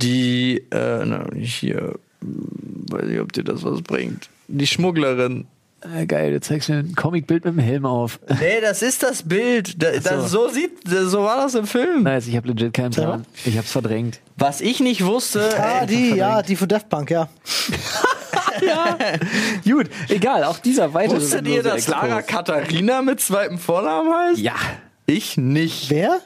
die äh, na, hier Hm, weiß nicht, ob dir das was bringt. Die Schmugglerin.
Äh, geil, du zeigst mir ein Comicbild mit dem Helm auf.
Nee, das ist das Bild. Da, das, so sieht, so war das im Film.
Nice, ich habe legit keinen Plan. Ich hab's verdrängt.
Was ich nicht wusste,
Ah,
äh,
die, ja, die von Daft Punk, ja.
Gut, egal, auch dieser weitere.
wusstet ihr, dass Lara Katharina mit zweitem Vornamen heißt?
Ja.
Ich nicht.
Wer?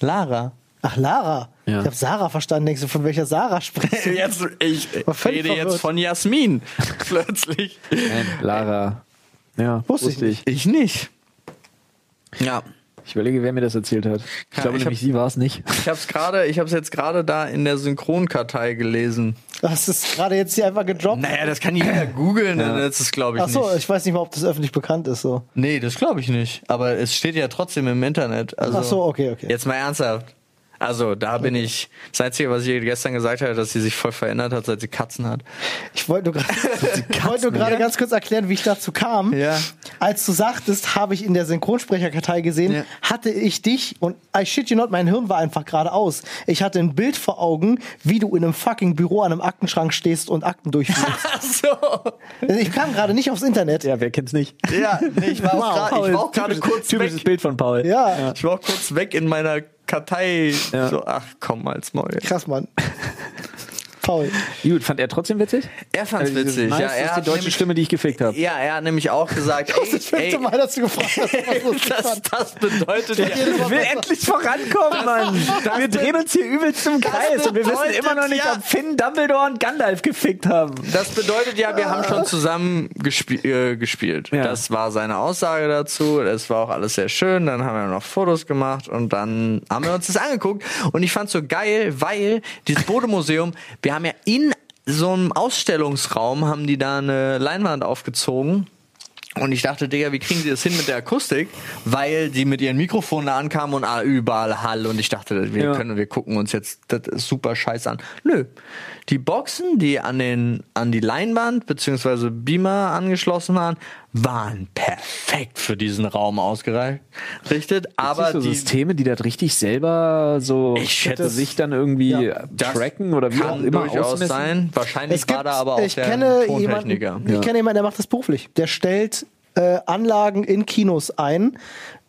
Lara.
Ach, Lara.
Ja.
Ich habe Sarah verstanden. Denkst du, von welcher Sarah sprichst du?
Jetzt, ich
War völlig
rede jetzt
verwirrt.
von Jasmin. Plötzlich.
Nein, Lara. Ja,
Wusste
wusste
ich
ich.
nicht.
Ich nicht. Ja.
Ich überlege, wer mir das erzählt hat. Ich
Ja,
glaube
ich
nämlich, sie war es nicht.
Ich hab's gerade, ich hab's jetzt gerade da in der Synchronkartei gelesen.
Hast du es gerade jetzt hier einfach gedroppt?
Naja, das kann jeder googeln,
Ja.
das ist glaube ich
Ach so,
nicht.
ich weiß nicht mal, ob das öffentlich bekannt ist. So.
Nee, das glaube ich nicht. Aber es steht ja trotzdem im Internet. Also,
Ach so, okay, okay.
Jetzt mal ernsthaft. Also, da bin ich. Das Einzige, was ich ihr gestern gesagt habe, dass sie sich voll verändert hat, seit sie Katzen hat.
Ich wollte nur gerade- ich wollte nur gerade ganz kurz erklären, wie ich dazu kam.
Ja.
Als du sagtest, habe ich in der Synchronsprecherkartei gesehen,
Ja.
hatte ich dich und I shit you not, mein Hirn war einfach geradeaus. Ich hatte ein Bild vor Augen, wie du in einem fucking Büro an einem Aktenschrank stehst und Akten durchführst.
Ach so.
ich kam gerade nicht aufs Internet.
Ja, wer kennt's nicht?
Ja, nee, ich war
Wow. Ah.
auch gerade- ich war auch gerade
Typisches-
kurz
Typisches
weg.
Bild von Paul.
Ja.
Ich war auch kurz weg in meiner Kartei.
Ja.
So, ach komm, als Maul.
Krass, Mann. Paul.
Gut, fand er trotzdem witzig?
Er fand's
Also,
witzig.
Nice,
ja, er
das ist die
hat
deutsche
nämlich-
Stimme, die ich gefickt habe.
Ja, er hat nämlich auch gesagt,
Das ist das
ey,
fünfte
ey,
Mal, dass du gefragt hast, was lustig
das,
fand.
das bedeutet ja,
Ich will endlich vorankommen, Mann. wir drehen uns hier übelst im Kreis und wir wissen
bedeutet
immer noch nicht,
ja-
ob Finn, Dumbledore und Gandalf gefickt haben.
das bedeutet ja, wir haben schon zusammen gespie äh, gespielt.
Ja.
Das war seine Aussage dazu. Das war auch alles sehr schön. Dann haben wir noch Fotos gemacht und dann haben wir uns das angeguckt. Und ich fand's so geil, weil dieses Bodemuseum, wir haben ja in so einem Ausstellungsraum haben die da eine Leinwand aufgezogen. Und ich dachte, Digga, wie kriegen sie das hin mit der Akustik? Weil die mit ihren Mikrofonen da ankamen und ah, überall Hall. Und ich dachte, wir
Ja.
können, wir gucken uns jetzt das ist super scheiß an. Nö. Die Boxen, die an den, an die Leinwand beziehungsweise Beamer angeschlossen waren, waren perfekt für diesen Raum ausgereicht. Richtet, aber
Aber so
die,
Systeme, die das richtig selber so
Ich schätze,
sich dann irgendwie
Ja.
das
tracken oder wie auch
kann
immer
durchaus
ausmessen.
sein. Wahrscheinlich war da aber auch
ich
der
kenne jemanden,
Tontechniker.
ich kenne jemanden, der macht das beruflich. Der stellt äh, Anlagen in Kinos ein,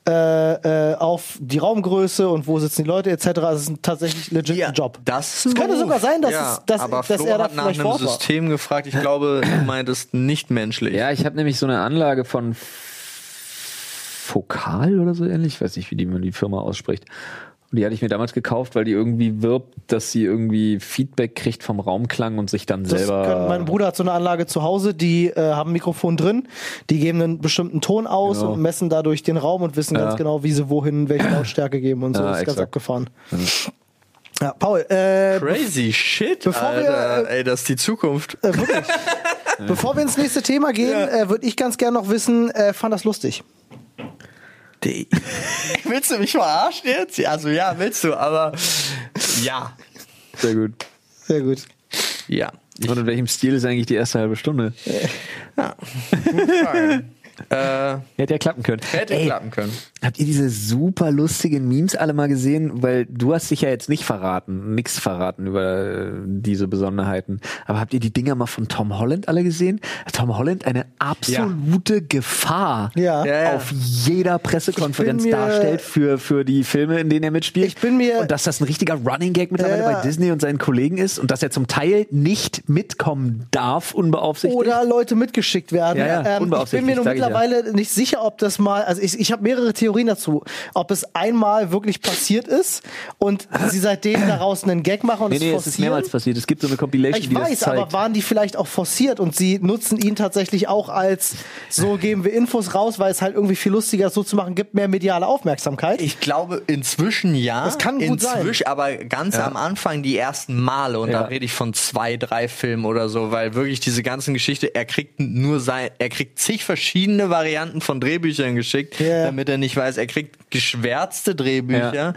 äh, äh, auf die Raumgröße und wo sitzen die Leute etc. Es ist ein tatsächlich legit
Ja,
ein Job.
Das ist
es
ein
könnte
Beruf.
sogar sein, dass,
ja,
es, dass,
aber
dass
Flo
er da
hat nach
vielleicht
einem
vor war.
System gefragt. Ich glaube, du meintest nicht menschlich.
Ja, ich habe nämlich so eine Anlage von Fokal oder so ähnlich. Ich weiß nicht, wie die man die Firma ausspricht. Und die hatte ich mir damals gekauft, weil die irgendwie wirbt, dass sie irgendwie Feedback kriegt vom Raumklang und sich dann
Das
selber.
können, mein Bruder hat so eine Anlage zu Hause, die äh, haben ein Mikrofon drin, die geben einen bestimmten Ton aus
Genau.
und messen dadurch den Raum und wissen ganz genau, wie sie wohin welche Lautstärke geben und so.
Ja,
das ist ganz
exakt.
abgefahren. Ja, Paul, äh,
Crazy shit,
Bevor wir,
Alter. Ey, das ist die Zukunft.
äh, wirklich. Bevor wir ins nächste Thema gehen, äh, würde ich ganz gerne noch wissen, äh, fand das lustig?
willst du mich verarschen jetzt? Also ja, willst du, aber ja.
Sehr gut.
Sehr gut.
Ja.
Und in welchem Stil ist eigentlich die erste halbe Stunde?
äh,
Hätte ja klappen können.
hätte
Ey,
klappen können.
Habt ihr diese super lustigen Memes alle mal gesehen? Weil du hast dich ja jetzt nicht verraten, nix verraten über äh, diese Besonderheiten. Aber habt ihr die Dinger mal von Tom Holland alle gesehen? Tom Holland eine absolute Gefahr
Ja.
Ja, ja.
auf jeder Pressekonferenz
Ich bin mir-
darstellt für, für die Filme, in denen er mitspielt.
Ich bin mir-
und dass das ein richtiger Running Gag mittlerweile
Ja, ja.
bei Disney und seinen Kollegen ist und dass er zum Teil nicht mitkommen darf, unbeaufsichtigt.
Oder Leute mitgeschickt werden.
Ja, ja,
ähm, ich bin
unbeaufsichtigt,
mir nur
sag ich ja.
mittlerweile nicht sicher, ob das mal, also ich, ich habe mehrere Theorien dazu, ob es einmal wirklich passiert ist und sie seitdem daraus einen Gag machen und
nee, nee,
es
es ist
forcieren.
mehrmals passiert. Es gibt so eine Compilation,
ich
die das
weiß,
zeigt.
aber waren die vielleicht auch forciert und sie nutzen ihn tatsächlich auch als so geben wir Infos raus, weil es halt irgendwie viel lustiger ist, so zu machen, gibt mehr mediale Aufmerksamkeit.
Ich glaube, inzwischen ja.
Das kann gut sein.
inzwischen, aber ganz am Anfang die ersten Male, und da
Ja.
rede ich von zwei, drei Filmen oder so, weil wirklich diese ganzen Geschichte, er kriegt nur sein, er kriegt zig verschiedene Varianten von Drehbüchern geschickt,
Ja.
damit er nicht weiß, er kriegt geschwärzte Drehbücher.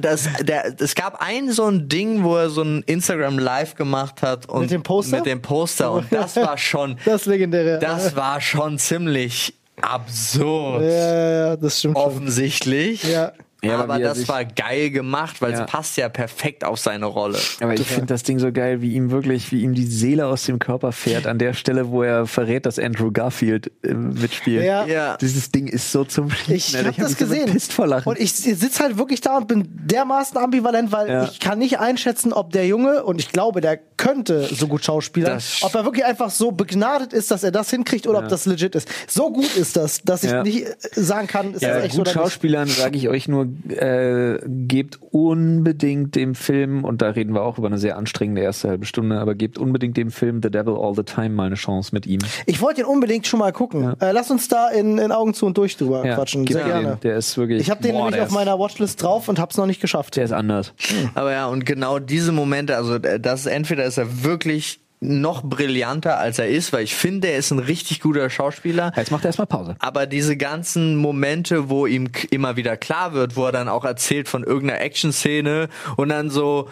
Das, der, es gab ein so ein Ding, wo er so ein Instagram Live gemacht hat und
Mit dem Poster?
mit dem Poster und das war schon,
Das legendäre.
das war schon ziemlich absurd
ja, ja, ja, das stimmt schon.
offensichtlich.
Ja.
Ja,
aber
aber wie er
das
sich-
war geil gemacht, weil
Ja.
es passt ja perfekt auf seine Rolle.
Aber ich finde das Ding so geil, wie ihm wirklich, wie ihm die Seele aus dem Körper fährt, an der Stelle, wo er verrät, dass Andrew Garfield äh, mitspielt.
Ja.
Ja.
Dieses Ding ist so zum Schießen.
Ich
Alter.
habe hab das
mich so
gesehen.
bepisst vor Lachen.
Und ich sitze halt wirklich da und bin dermaßen ambivalent, weil
Ja.
ich kann nicht einschätzen, ob der Junge, und ich glaube, der könnte so gut schauspielern,
Das-
ob er wirklich einfach so begnadet ist, dass er das hinkriegt oder ob das legit ist. So gut ist das, dass ich
Ja.
nicht äh, sagen kann, ist
ja,
das echt
gut
oder nicht.
Schauspielern sage ich euch nur, äh, gebt unbedingt dem Film, und da reden wir auch über eine sehr anstrengende erste halbe Stunde, aber gebt unbedingt dem Film The Devil All the Time mal eine Chance mit ihm.
Ich wollte ihn unbedingt schon mal gucken. Äh, lass uns da in, in Augen zu und durch drüber
Ja,
quatschen.
gebt
Sehr
mir den.
gerne.
Der ist wirklich,
Ich habe den
Boah,
nämlich
der
auf
ist-
meiner Watchlist drauf und hab's noch nicht geschafft.
der ist anders.
Aber ja, und genau diese Momente, also das ist entweder ist er wirklich noch brillanter, als er ist, weil ich finde, er ist ein richtig guter Schauspieler.
Jetzt macht er erstmal Pause.
Aber diese ganzen Momente, wo ihm k- immer wieder klar wird, wo er dann auch erzählt von irgendeiner Action-Szene und dann so,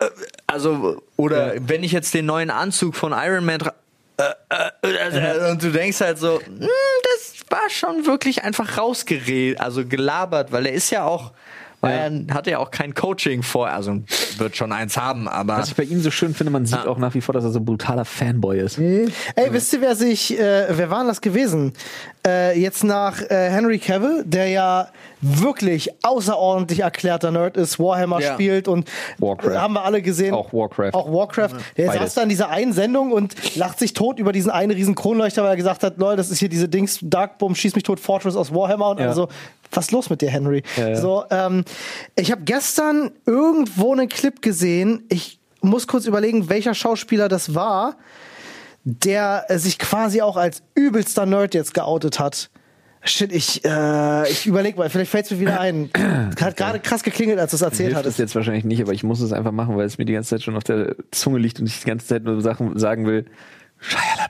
äh, äh, also, oder wenn ich jetzt den neuen Anzug von Iron Man tra- äh, äh, äh, und du denkst halt so, "Hm, das war schon wirklich einfach rausgeredet, also gelabert, weil er ist ja auch, weil er hat ja auch kein Coaching vor, also wird schon eins haben, aber
Was ich bei ihm so schön finde, man
Ah.
sieht auch nach wie vor, dass er so ein brutaler Fanboy ist.
Ey, wisst ihr, wer sich, äh, wer war denn das gewesen? Äh, jetzt nach äh, Henry Cavill, der ja wirklich außerordentlich erklärter Nerd ist, Warhammer
Ja.
spielt und äh,
Warcraft.
haben wir alle gesehen.
Auch Warcraft.
Auch Warcraft. Der
Beides.
saß da in dieser einen Sendung und lacht sich tot über diesen einen riesen Kronleuchter, weil er gesagt hat, Leute, das ist hier diese Dings, Darkbomb, schieß mich tot, Fortress aus Warhammer und
Ja.
also was ist los mit dir, Henry?
ja.
So, ähm, ich habe gestern irgendwo einen Clip gesehen. Ich muss kurz überlegen, welcher Schauspieler das war der äh, sich quasi auch als übelster Nerd jetzt geoutet hat. Shit, ich, äh, ich überleg mal, vielleicht fällt's mir wieder ein. Hat gerade krass geklingelt, als du es erzählt
Hilft es
hattest.
jetzt wahrscheinlich nicht, aber ich muss es einfach machen, weil es mir die ganze Zeit schon auf der Zunge liegt und ich die ganze Zeit nur Sachen sagen will. Shia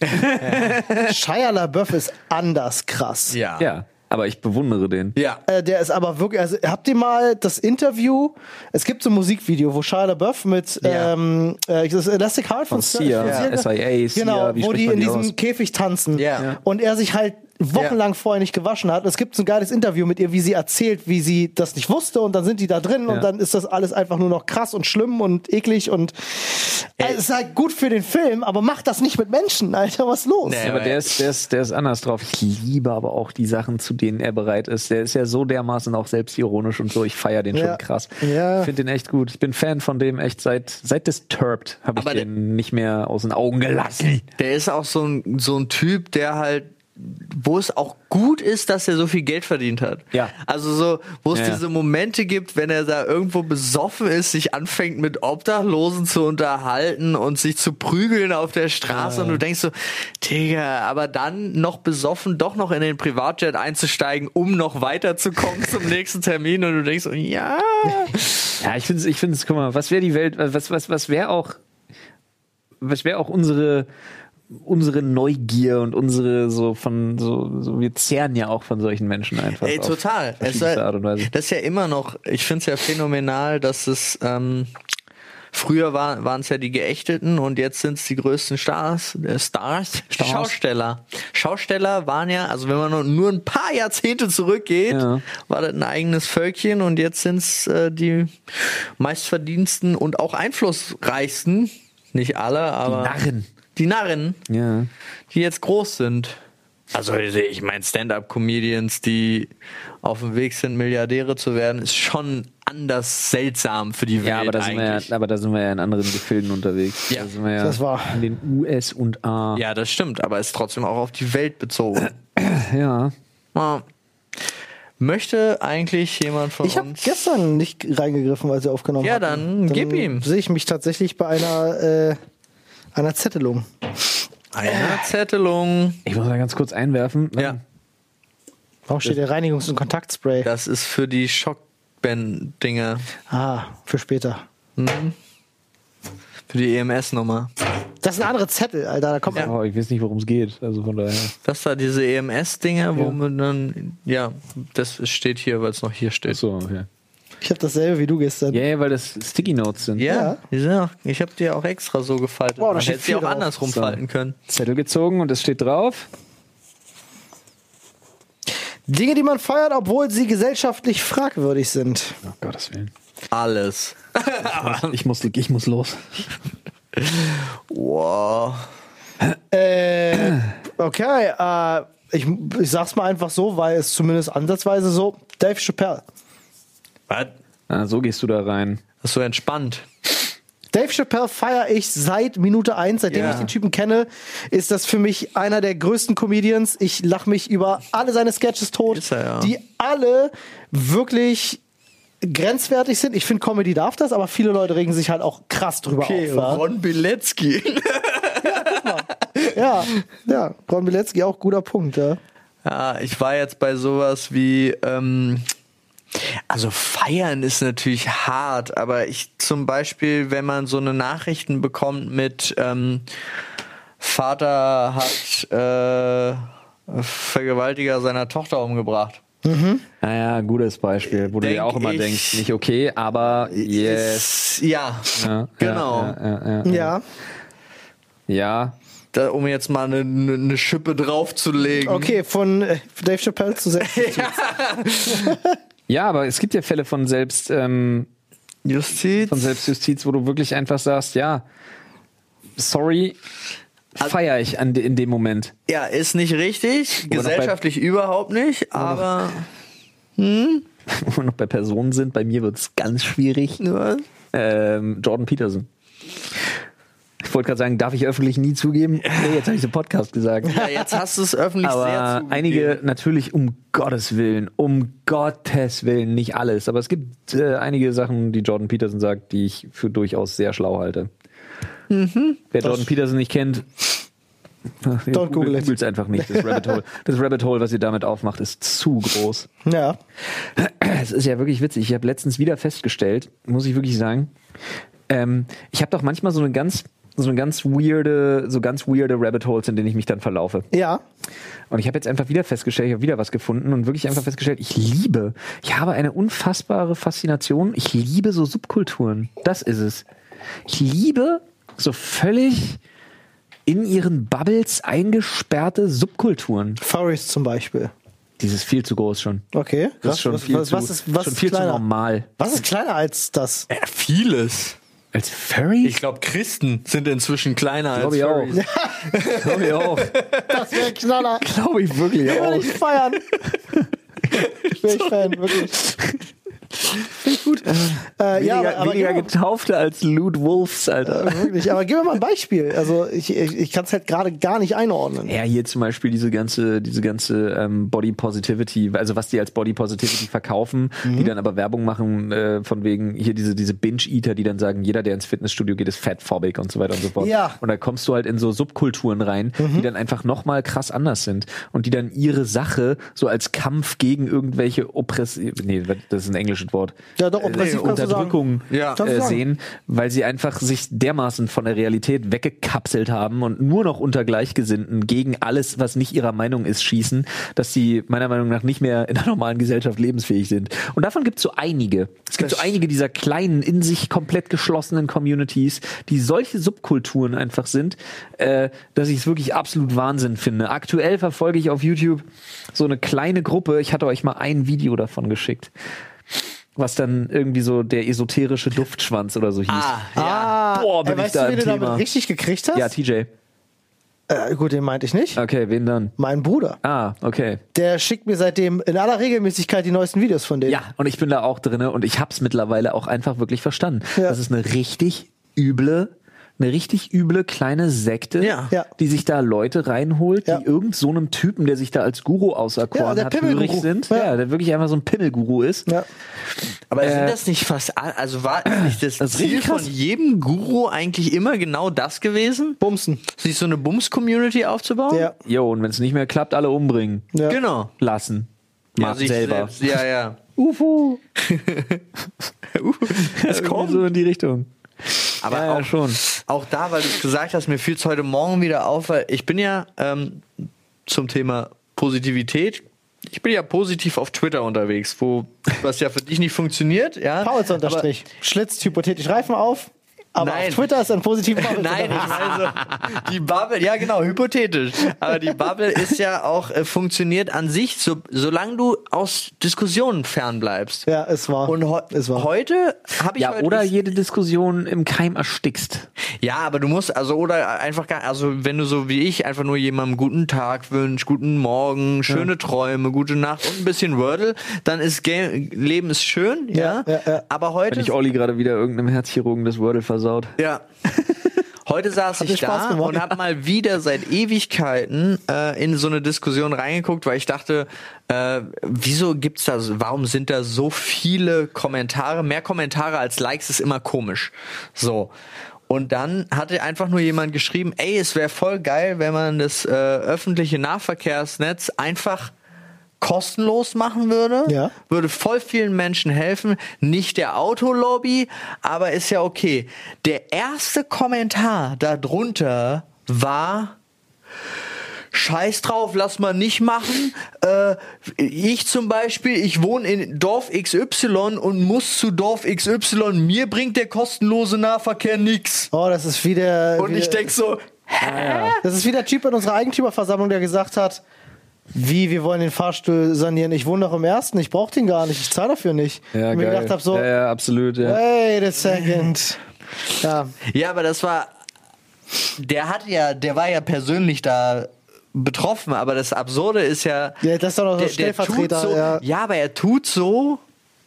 LaBeouf.
Shia LaBeouf ist anders krass.
ja.
Ja, aber ich bewundere den.
Ah. ja.
Äh, der ist aber wirklich, also habt ihr mal das Interview? Es gibt so ein Musikvideo, wo Shia LaBeouf mit
Ja.
ähm, äh, das Elastic Heart von,
Von Sia,
von
SIA, Sia,
genau,
wie
wo
spricht
die
man
in
die
diesem
aus?
Käfig tanzen
Ja. Ja.
und er sich halt wochenlang vorher nicht gewaschen hat. Und es gibt so ein geiles Interview mit ihr, wie sie erzählt, wie sie das nicht wusste und dann sind die da drin
Ja.
und dann ist das alles einfach nur noch krass und schlimm und eklig und also, es ist halt gut für den Film, aber macht das nicht mit Menschen, Alter, was ist los?
Nee.
Ja, aber der ist, der, ist, der ist anders drauf. Ich liebe aber auch die Sachen, zu denen er bereit ist. Der ist ja so dermaßen auch selbstironisch und so. Ich feiere den
Ja.
schon krass.
Ja.
Ich finde den echt gut. Ich bin Fan von dem echt seit, seit Disturbed habe ich
Aber der-
den nicht mehr aus den Augen gelassen.
Der ist auch so ein, so ein Typ, der halt, wo es auch gut ist, dass er so viel Geld verdient hat.
Ja.
Also so, wo es
Ja, ja.
diese Momente gibt, wenn er da irgendwo besoffen ist, sich anfängt mit Obdachlosen zu unterhalten und sich zu prügeln auf der Straße und du denkst so, Digga, aber dann noch besoffen, doch noch in den Privatjet einzusteigen, um noch weiterzukommen zum nächsten Termin und du denkst so, ja.
Ja, ich finde es, ich find's, guck mal, was wäre die Welt, was, was, was wäre auch, was wäre auch unsere, unsere Neugier und unsere so von, so, so, wir zehren ja auch von solchen Menschen einfach.
Ey,
auf
total. Es
verschiedenste
war-
Art und Weise.
Das ist ja immer noch, ich finde es ja phänomenal, dass es ähm, früher war, waren es ja die Geächteten und jetzt sind es die größten Stars, äh, Stars,
Stars.
Schausteller. Schausteller waren ja, also wenn man nur- nur ein paar Jahrzehnte zurückgeht,
Ja.
war das ein eigenes Völkchen und jetzt sind es äh, die meistverdiensten und auch einflussreichsten, nicht alle, aber
Narren.
die Narren
Ja.
die jetzt groß sind. Also ich meine, Stand-up-Comedians, die auf dem Weg sind, Milliardäre zu werden, ist schon anders seltsam für die Welt
Ja, aber da, sind wir
eigentlich.
ja, aber da sind wir ja in anderen Gefilden unterwegs.
Ja,
da sind wir ja
das war-
in den US und A.
ja, das stimmt, aber ist trotzdem auch auf die Welt bezogen.
Ja.
Ja. Möchte eigentlich jemand von
Ich habe
uns...
gestern nicht reingegriffen, als wir aufgenommen
Ja,
hatten.
dann gib ihm.
Sehe ich mich tatsächlich bei einer, äh, einer Zettelung.
Äh.
Eine Zettelung.
Ich muss da ganz kurz einwerfen.
Ja,
Warum steht hier Reinigungs- und Kontaktspray?
das ist für die Schockband-Dinger,
Ah, für später.
für die E EMS-Nummer.
Das sind andere Zettel, Alter. Da kommt man.
Oh, ich weiß nicht, worum es geht. Also von daher.
Das da diese EMS-Dinger, wo man dann... Ja, das steht hier, weil es noch hier steht.
Achso, okay.
Ich habe dasselbe wie du gestern.
Ja, ja, weil das Sticky Notes sind.
Ja,
Ja.
Die sind auch, ich habe die auch extra so gefaltet.
Boah, da
Man
steht
hätte sie
viel
auch
drauf.
andersrum
So.
falten können.
Zettel gezogen und es steht drauf.
Dinge, die man feiert, obwohl sie gesellschaftlich fragwürdig sind.
Oh, Gottes Willen.
Alles.
Ich muss, ich muss los.
Wow.
Äh, okay, äh, ich, ich sag's mal einfach so, weil es zumindest ansatzweise so. Dave Chappelle.
Was?
Ah, so gehst du da rein.
Das ist so entspannt.
Dave Chappelle feiere ich seit Minute eins, seitdem
Ja.
ich den Typen kenne, ist das für mich einer der größten Comedians. Ich lache mich über alle seine Sketches tot,
Ist er, ja.
die alle wirklich grenzwertig sind. Ich finde, Comedy darf das, aber viele Leute regen sich halt auch krass drüber auf. wa?
Bilecki.
Ja, ja, Ron Bilecki auch guter Punkt, ja.
Ja, ich war jetzt bei sowas wie. Ähm, also feiern ist natürlich hart, aber ich zum Beispiel, wenn man so eine Nachrichten bekommt mit ähm, Vater hat äh, Vergewaltiger seiner Tochter umgebracht.
Naja, gutes Beispiel, wo du
Denk
dir auch immer
ich-
denkst, nicht okay, aber yes.
Ist- Ja,
Ja,
genau.
Ja, ja, ja, ja.
Ja,
ja,
Da, um jetzt mal eine, eine, eine Schippe draufzulegen.
okay, von äh, Dave Chappelle zu sehr.
Ja, aber es gibt ja Fälle von selbst ähm,
Justiz.
von Selbstjustiz, wo du wirklich einfach sagst, ja, sorry, feiere ich an, de- in dem Moment.
Ja, ist nicht richtig.
noch bei-
Gesellschaftlich überhaupt nicht, aber.
Wo wir noch bei Personen sind, bei mir wird's ganz schwierig.
Ja.
Ähm, Jordan Peterson. Ich wollte gerade sagen, darf ich öffentlich nie zugeben? Nee, jetzt habe ich so Podcast gesagt.
Ja, jetzt hast du es öffentlich sehr
Aber
zugegeben.
einige natürlich um Gottes Willen, um Gottes Willen, nicht alles. Aber es gibt äh, einige Sachen, die Jordan Peterson sagt, die ich für durchaus sehr schlau halte. Wer Jordan Peterson nicht
Mhm.
kennt,
Don't google it.
es einfach nicht. Das Rabbit Hole, das Rabbit Hole, was ihr damit aufmacht, ist zu groß.
Ja,
Es ist ja wirklich witzig. Ich habe letztens wieder festgestellt, muss ich wirklich sagen, ähm, ich habe doch manchmal so eine ganz, so eine ganz weirde, so ganz weirde Rabbit Holes, in denen ich mich dann verlaufe.
ja.
Und ich habe jetzt einfach wieder festgestellt, ich habe wieder was gefunden und wirklich einfach festgestellt, ich liebe, ich habe eine unfassbare Faszination. Ich liebe so Subkulturen. Das ist es. Ich liebe so völlig in ihren Bubbles eingesperrte Subkulturen.
Furries zum Beispiel.
Die ist viel zu groß schon.
Okay,
Das ist schon
was,
viel,
was,
zu,
was ist, was
schon
ist
viel zu
kleiner?
normal.
Was ist kleiner als das?
Ja, vieles.
Als Furry?
Ich glaube, Christen sind inzwischen kleiner
glaube
als
ich
Furries.
auch. glaube ich auch.
Das wäre Knaller.
Glaube ich wirklich
Will
auch.
ich feiern. Will ich feiern, wirklich. Finde ich gut. Äh, ja, aber,
weniger
aber,
weniger
gib mir-
Getaufte als Loot Wolves, Alter.
wirklich, aber gib mir mal ein Beispiel. Also ich, ich, ich kann es halt gerade gar nicht einordnen.
Ja, hier zum Beispiel diese ganze, diese ganze ähm, Body Positivity, also was die als Body Positivity verkaufen,
Mhm.
die dann aber Werbung machen, äh, von wegen hier diese, diese Binge-Eater, die dann sagen, jeder, der ins Fitnessstudio geht, ist fatphobic und so weiter und so fort.
Ja. Mhm.
Und da kommst du halt in so Subkulturen rein, die dann einfach nochmal krass anders sind und die dann ihre Sache so als Kampf gegen irgendwelche Oppressiv, nee, das ist ein englisches Wort. Äh,
Ja, doch, oppressiv kannst du sagen.
Unterdrückung
Ja.
Kannst du
äh,
sagen.
sehen, weil sie einfach sich dermaßen von der Realität weggekapselt haben und nur noch unter Gleichgesinnten gegen alles, was nicht ihrer Meinung ist, schießen, dass sie meiner Meinung nach nicht mehr in der normalen Gesellschaft lebensfähig sind. Und davon gibt es so einige. Es gibt so einige dieser kleinen, in sich komplett geschlossenen Communities, die solche Subkulturen einfach sind, äh, dass ich es wirklich absolut Wahnsinn finde. Aktuell verfolge ich auf YouTube so eine kleine Gruppe. Ich hatte euch mal ein Video davon geschickt. Was dann irgendwie so der esoterische Duftschwanz oder so hieß.
Ah, ja.
Ah,
Boah, bin
ey,
ich
weißt
da
du,
im
wen du
Thema.
damit richtig gekriegt hast?
Ja, TJ.
äh, gut, den meinte ich nicht.
Okay, wen dann?
Mein Bruder.
Ah, okay.
Der schickt mir seitdem in aller Regelmäßigkeit die neuesten Videos von denen.
Ja, und ich bin da auch drinne und ich hab's mittlerweile auch einfach wirklich verstanden.
Ja.
Das ist eine richtig üble, eine richtig üble kleine Sekte,
Ja.
Ja.
die sich da Leute reinholt,
Ja.
die irgend so einem Typen, der sich da als Guru
Ja,
auserkoren
der
hat, hörig
Pimmelguru.
sind.
Ja.
Ja. der wirklich einfach so ein Pimmelguru ist.
Ja.
Aber sind
Äh,
das nicht fast all, also war nicht das,
Das ist
Ziel
richtig
von
krass.
jedem Guru eigentlich immer genau das gewesen?
Bumsen.
Sich so eine Bums-Community
Oh.
aufzubauen?
Ja.
Jo, und wenn es nicht mehr klappt, alle umbringen.
ja.
Genau.
Lassen.
Ja,
Macht
sich
selber.
selbst. Ja, ja.
UFO.
Es
Irgendwie
kommt.
So in die Richtung.
Aber
Ja, ja,
auch,
schon.
auch da, weil du es gesagt hast, mir fiel es heute Morgen wieder auf, weil ich bin ja ähm, zum Thema Positivität, ich bin ja positiv auf Twitter unterwegs, wo was ja für dich nicht funktioniert, ja.
Pauls
Aber-
unterstrich. Schlitzt hypothetisch Reifen auf, aber
Nein.
auf Twitter ist ein positiver
Nein, ich meine so, die Bubble, ja genau, hypothetisch. Aber die Bubble ist ja auch, äh, funktioniert an sich, so, solange du aus Diskussionen fernbleibst.
Ja, es war.
Und heu-
es war.
heute habe ich
Ja,
heute
oder
ges-
jede Diskussion im Keim erstickst.
Ja, aber du musst, also, oder einfach gar, also, wenn du so wie ich einfach nur jemandem guten Tag wünschst, guten Morgen, schöne Träume, gute Nacht und ein bisschen Wordle, dann ist Game, Leben ist schön, ja.
Ja, ja, ja.
Aber heute.
Wenn ich Olli gerade wieder irgendeinem Herzchirurgen das Wordle versaut.
ja. Heute saß
dir
ich
Spaß
da
gemacht?
und habe mal wieder seit Ewigkeiten äh, in so eine Diskussion reingeguckt, weil ich dachte, äh, wieso gibt's da, so- warum sind da so viele Kommentare? Mehr Kommentare als Likes ist immer komisch. So. Und dann hatte einfach nur jemand geschrieben, ey, es wäre voll geil, wenn man das äh, öffentliche Nahverkehrsnetz einfach kostenlos machen würde,
Ja.
würde voll vielen Menschen helfen, nicht der Autolobby, aber ist ja okay. Der erste Kommentar darunter war Scheiß drauf, lass mal nicht machen. Äh, ich zum Beispiel, ich wohne in Dorf XY und muss zu Dorf XY. Mir bringt der kostenlose Nahverkehr nix.
Oh, das ist wie der.
Und
wie
ich
der,
denk so, hä?
Das ist wie der Typ in unserer Eigentümerversammlung, der gesagt hat, wie, wir wollen den Fahrstuhl sanieren. Ich wohne doch im ersten, ich brauche den gar nicht, ich zahle dafür nicht. und mir gedacht habe so,
ja, ja, absolut. Ja.
wait a second. Ja,
Ja, aber das war. Der hat ja, der war ja persönlich da betroffen, aber das Absurde ist ja.
Ja, das ist doch noch so Stellvertreter,
tut so,
ja.
aber er tut so.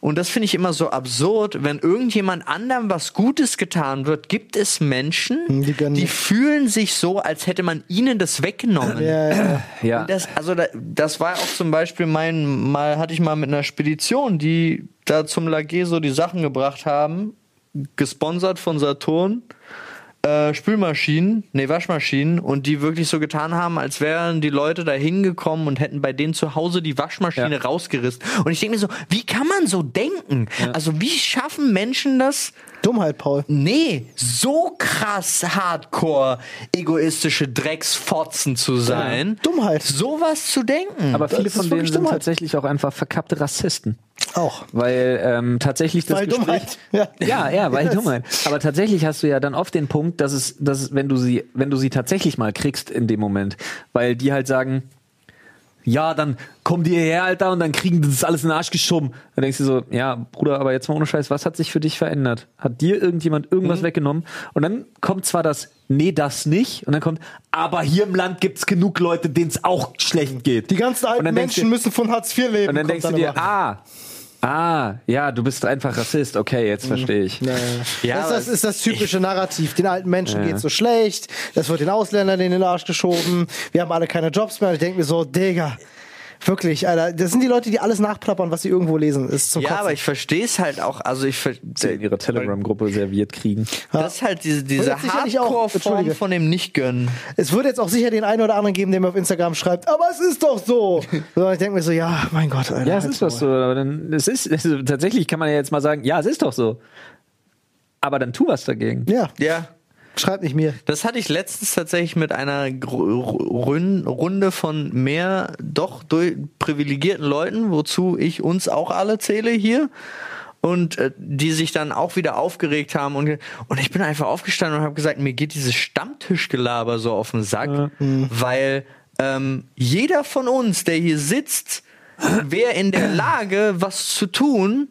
Und das finde ich immer so absurd, wenn irgendjemand anderem was Gutes getan wird, gibt es Menschen,
Hm, die
die,
gönnen nicht.
fühlen sich so, als hätte man ihnen das weggenommen.
ja, ja.
Ja.
Und das, also da, das war auch zum Beispiel mein, mal hatte ich mal mit einer Spedition, die da zum Lager so die Sachen gebracht haben, gesponsert von Saturn, äh, Spülmaschinen, nee, Waschmaschinen und die wirklich so getan haben, als wären die Leute da hingekommen und hätten bei denen zu Hause die Waschmaschine
Ja.
rausgerissen. Und ich denke mir so, wie kann man so denken? Also wie schaffen Menschen das,
Dummheit, Paul.
Nee, so krass hardcore egoistische Drecksfotzen zu sein.
Dummheit.
Sowas zu denken.
Aber viele
ist
von denen
wirklich
sind
Dummheit.
tatsächlich auch einfach verkappte Rassisten.
Auch.
Weil ähm, tatsächlich das
Weil
Gespräch,
Dummheit. Ja.
ja, ja, weil Dummheit. Aber tatsächlich hast du ja dann oft den Punkt, dass es, dass es, wenn du sie, wenn du sie tatsächlich mal kriegst in dem Moment, weil die halt sagen, ja, dann kommen die hierher, Alter, und dann kriegen die das alles in den Arsch geschoben. Dann denkst du so, ja, Bruder, aber jetzt mal ohne Scheiß, was hat sich für dich verändert? Hat dir irgendjemand
Mhm.
irgendwas weggenommen? Und dann kommt zwar das, nee, das nicht, und dann kommt, aber hier im Land gibt's genug Leute, denen es auch schlecht geht.
Mhm. Die ganzen
Und
alten
dann denkst
Menschen
du-
müssen von Hartz IV leben.
und dann
kommt
denkst du dir,
aber.
ah, ah, ja, du bist einfach Rassist. Okay, jetzt verstehe ich.
Ja,
Ja,
das,
aber
das ist das typische Narrativ. Den alten Menschen geht's so schlecht, das wird den Ausländern in den Arsch geschoben, wir haben alle keine Jobs mehr. Und ich denke mir so, Digga, wirklich, Alter, das sind die Leute, die alles nachplappern, was sie irgendwo lesen. Das Ist zum
Ja,
Kotzen.
aber ich verstehe es halt auch. Also ich ver
Sie in ihrer Telegram-Gruppe serviert kriegen.
das ist halt diese, diese
jetzt sicherlich auch-
Hardcore-Form
Entschuldige.
von dem Nicht-Gönnen.
es wird jetzt auch sicher den einen oder anderen geben, der mir auf Instagram schreibt, aber es ist doch so. so ich denke mir so, ja, mein Gott, Alter.
Ja, es
halt's
ist doch
Maul.
so. Aber dann, es ist, also tatsächlich kann man ja jetzt mal sagen, ja, es ist doch so. Aber dann tu was dagegen.
Ja,
Ja.
schreibt nicht mir.
Das hatte ich letztens tatsächlich mit einer Gru- Run- Runde von mehr doch durch privilegierten Leuten, wozu ich uns auch alle zähle hier. Und äh, die sich dann auch wieder aufgeregt haben. Und, ge- und ich bin einfach aufgestanden und habe gesagt, mir geht dieses Stammtischgelaber so auf den Sack, weil ähm, jeder von uns, der hier sitzt, wäre in der Lage, was zu tun,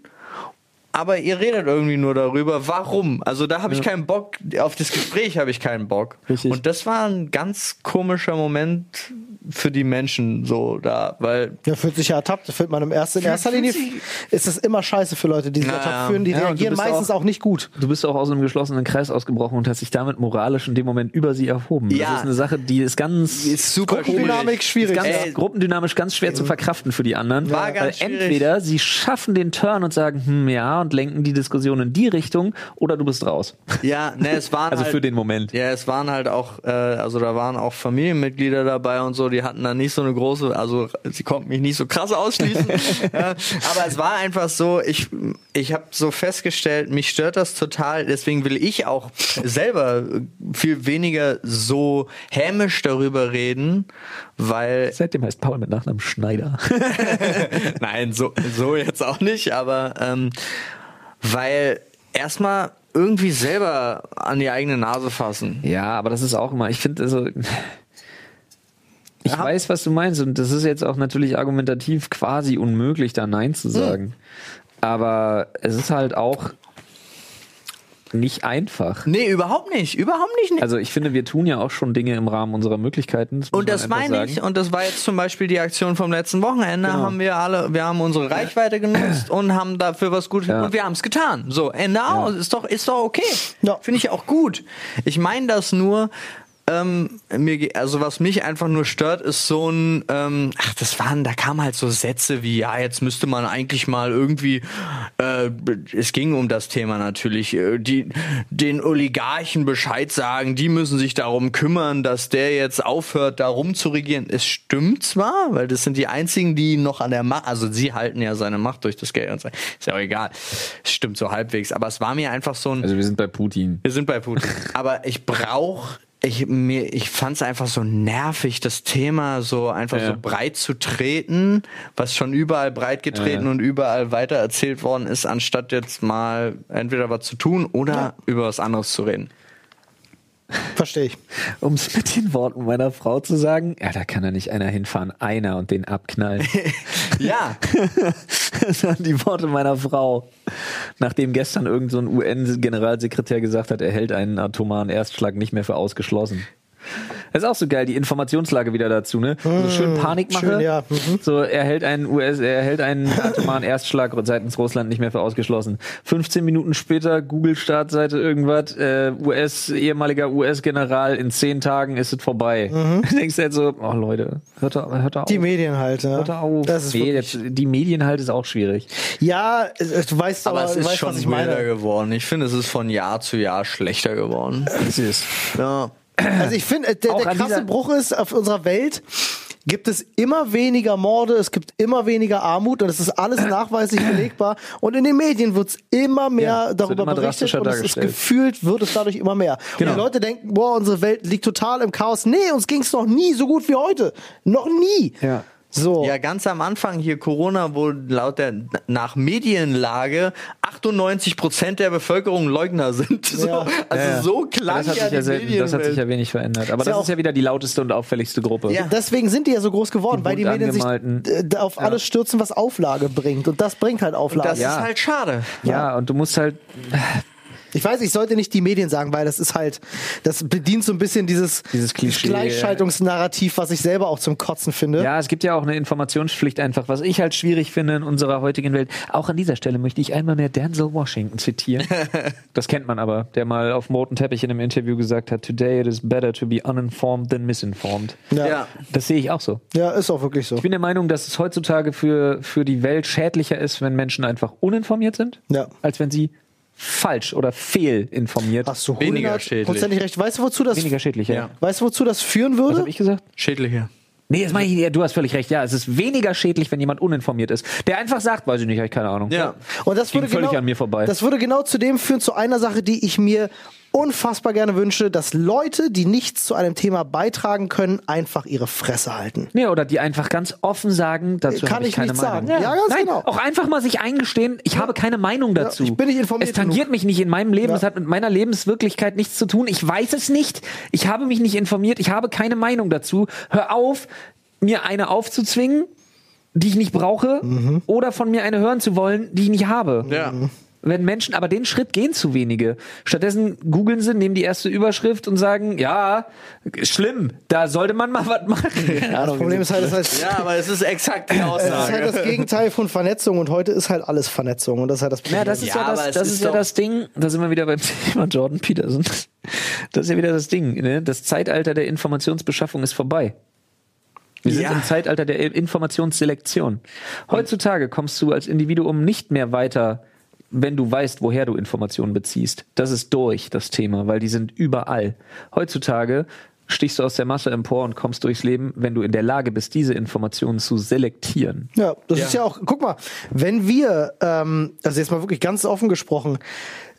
aber ihr redet irgendwie nur darüber, warum. Also da habe ich keinen Bock, auf das Gespräch habe ich keinen Bock.
Richtig.
Und das war ein ganz komischer Moment für die Menschen so da, weil
Ja, fühlt sich ja ertappt. Das fühlt man im ersten, in
Fühlt-
erster
fühlt
Linie.
sich-
Ist es immer scheiße für Leute, die sich
Ja, ja.
ertappt fühlen. Die
Ja, und du
reagieren
bist
meistens
auch-
auch nicht gut.
Du bist auch aus einem geschlossenen Kreis ausgebrochen und hast dich damit moralisch in dem Moment über sie erhoben.
Ja.
Das ist eine Sache, die ist ganz,
ist super
Gruppendynamik
ist
schwierig.
ganz
Ey.
gruppendynamisch ganz schwer zu verkraften für die anderen.
War
weil
ganz schwierig.
entweder sie schaffen den Turn und sagen, hm, ja, und lenken die Diskussion in die Richtung, oder du bist raus.
Ja, ne, es waren
Also
halt,
für den Moment.
Ja, es waren halt auch, äh, also da waren auch Familienmitglieder dabei und so, die hatten da nicht so eine große, also sie konnten mich nicht so krass ausschließen. ja, aber es war einfach so, ich, ich habe so festgestellt, mich stört das total, deswegen will ich auch selber viel weniger so hämisch darüber reden, weil
Seitdem heißt Paul mit Nachnamen Schneider.
Nein, so, so jetzt auch nicht, aber ähm, weil erstmal irgendwie selber an die eigene Nase fassen.
Ja, aber das ist auch immer, ich finde, also, ich
Ja.
weiß, was du meinst und das ist jetzt auch natürlich argumentativ quasi unmöglich, da Nein
Hm.
zu sagen. Aber es ist halt auch nicht einfach.
Nee, überhaupt nicht, überhaupt nicht. nicht.
Also ich finde, wir tun ja auch schon Dinge im Rahmen unserer Möglichkeiten. muss man
und das
einfach
meine ich,
sagen.
und das war jetzt zum Beispiel die Aktion vom letzten Wochenende,
Genau.
haben wir alle, wir haben unsere Reichweite genutzt und haben dafür was Gutes
Ja.
und wir haben es getan. So, Ende aus, ist doch, ist doch okay.
Ja.
Finde ich auch gut. Ich meine das nur, ähm, mir, ge- also was mich einfach nur stört, ist so ein, ähm, ach, das waren, da kamen halt so Sätze wie, ja, jetzt müsste man eigentlich mal irgendwie, äh, es ging um das Thema natürlich, äh, die, den Oligarchen Bescheid sagen, die müssen sich darum kümmern, dass der jetzt aufhört, da rumzuregieren. Es stimmt zwar, weil das sind die einzigen, die noch an der Macht, also sie halten ja seine Macht durch das Geld und so. Ist ja auch egal. Es stimmt so halbwegs, aber es war mir einfach so ein,
also wir sind bei Putin.
wir sind bei Putin. Aber ich brauche, ich, mir, ich fand es einfach so nervig, das Thema so einfach
Ja.
so breit zu treten, was schon überall breit getreten
Ja.
und überall weiter erzählt worden ist, anstatt jetzt mal entweder was zu tun oder über was anderes zu reden.
Verstehe ich.
Um es mit den Worten meiner Frau zu sagen, ja, da kann ja nicht einer hinfahren, einer und den abknallen.
Ja,
das waren die Worte meiner Frau. Nachdem gestern irgend so ein UN-Generalsekretär gesagt hat, er hält einen atomaren Erstschlag nicht mehr für ausgeschlossen. Das ist auch so geil, die Informationslage wieder dazu, ne? So schön Panikmache.
Hm, schön, ja. Mhm.
So, er hält einen US, er hält einen atomaren Erstschlag seitens Russland nicht mehr für ausgeschlossen. 15 Minuten später, Google-Startseite irgendwas, äh, US, ehemaliger US-General, in 10 Tagen ist es vorbei. Denkst du halt so, oh Leute, hört doch, hört doch auf.
Mhm. Die Medien halt. Ja.
Oh. Hört auf.
Das ist
nee,
wirklich,
das, die Medien halt ist auch schwierig.
ja, äh, du weißt aber,
aber es
du
ist
weißt,
schon
was ich
weirder
meine.
geworden. Ich finde, es ist von Jahr zu Jahr schlechter geworden.
Das ist
Ja.
Also ich finde, äh, der,
Auch
der
an dieser-
krasse Bruch ist auf unserer Welt. gibt es immer weniger Morde, es gibt immer weniger Armut und es ist alles nachweislich belegbar. Und in den Medien wird es immer mehr
Ja, es wird
darüber
immer
berichtet
drastischer
und es ist
dargestellt.
gefühlt wird es dadurch immer mehr.
Genau.
Und die Leute denken, boah, unsere Welt liegt total im Chaos. Nee, uns ging es noch nie so gut wie heute. Noch nie.
Ja. Oh.
So.
Ja, ganz am Anfang hier Corona, wo laut der nach Medienlage 98 Prozent der Bevölkerung Leugner sind. So,
Ja.
Also
Ja, ja.
so
Aber
klang
das hat,
ja die
sich ja selten, das hat sich
Medienwelt.
ja wenig verändert. Aber
ja
das ist
auch-
ja wieder die lauteste und auffälligste Gruppe.
Ja.
Deswegen sind die ja so groß geworden,
Die
weil die
bunt
Medien sich
angemalten.
äh, d- auf alles stürzen, was Auflage bringt. Und das bringt halt Auflage.
Das
Ja.
ist halt schade.
ja, und du musst halt
Ich weiß, ich sollte nicht die Medien sagen, weil das ist halt, das bedient so ein bisschen dieses,
Dieses Klischee.
Gleichschaltungsnarrativ, was ich selber auch zum Kotzen finde.
Ja, es gibt ja auch eine Informationspflicht einfach, was ich halt schwierig finde in unserer heutigen Welt. Auch an dieser Stelle möchte ich einmal mehr Denzel Washington zitieren. das kennt man aber, der mal auf Morten Teppich in einem Interview gesagt hat, Today it is better to be uninformed than misinformed.
Ja.
Ja.
Das sehe ich auch so.
Ja, ist auch wirklich so.
Ich bin der Meinung, dass es heutzutage für, für die Welt schädlicher ist, wenn Menschen einfach uninformiert sind,
Ja.
als wenn sie falsch oder fehlinformiert.
Hast du
Weniger
hundertprozentig recht. Weißt du, wozu das,
Weniger schädlicher.
Ja.
weißt du, wozu das führen
Was
würde?
habe ich gesagt?
Schädlicher.
Nee, das meine ich, nicht. ja, du hast völlig recht. Ja, es ist weniger schädlich, wenn jemand uninformiert ist. Der einfach sagt, weiß ich nicht, habe ich keine Ahnung.
Ja.
Und das
Ging
würde
völlig
genau,
an mir vorbei.
Das würde genau zu dem führen, zu einer Sache, die ich mir unfassbar gerne wünsche, dass Leute, die nichts zu einem Thema beitragen können, einfach ihre Fresse halten.
Nee, oder die einfach ganz offen sagen, dazu
Kann
habe ich,
ich
keine
nichts
Meinung.
sagen. Ja, ganz
Nein,
genau.
Auch einfach mal sich eingestehen, ich habe keine Meinung dazu.
ich bin nicht informiert
Es tangiert mich nicht in meinem Leben,
Ja.
es hat mit meiner Lebenswirklichkeit nichts zu tun. Ich weiß es nicht. Ich habe mich nicht informiert, ich habe keine Meinung dazu. Hör auf, mir eine aufzuzwingen, die ich nicht brauche,
Mhm.
oder von mir eine hören zu wollen, die ich nicht habe.
Ja.
Wenn Menschen, aber den Schritt gehen zu wenige. Stattdessen googeln sie, nehmen die erste Überschrift und sagen, ja, schlimm, da sollte man mal was machen.
das Problem ist halt, das heißt,
Ja, aber es ist exakt die
das ist
Aussage.
halt das Gegenteil von Vernetzung und heute ist halt alles Vernetzung und das ist halt das Problem.
Ja, das ist
Ja,
ja,
aber es
das, das,
ist
ist ja
doch-
das Ding, da sind wir wieder beim Thema Jordan Peterson. Das ist ja wieder das Ding, ne? Das Zeitalter der Informationsbeschaffung ist vorbei. Wir sind
Ja.
im Zeitalter der Informationsselektion. Heutzutage kommst du als Individuum nicht mehr weiter, wenn du weißt, woher du Informationen beziehst. Das ist durch, das Thema, weil die sind überall. Heutzutage stichst du aus der Masse empor und kommst durchs Leben, wenn du in der Lage bist, diese Informationen zu selektieren.
Ja, das
Ja.
ist ja auch, guck mal, wenn wir, ähm, also jetzt mal wirklich ganz offen gesprochen,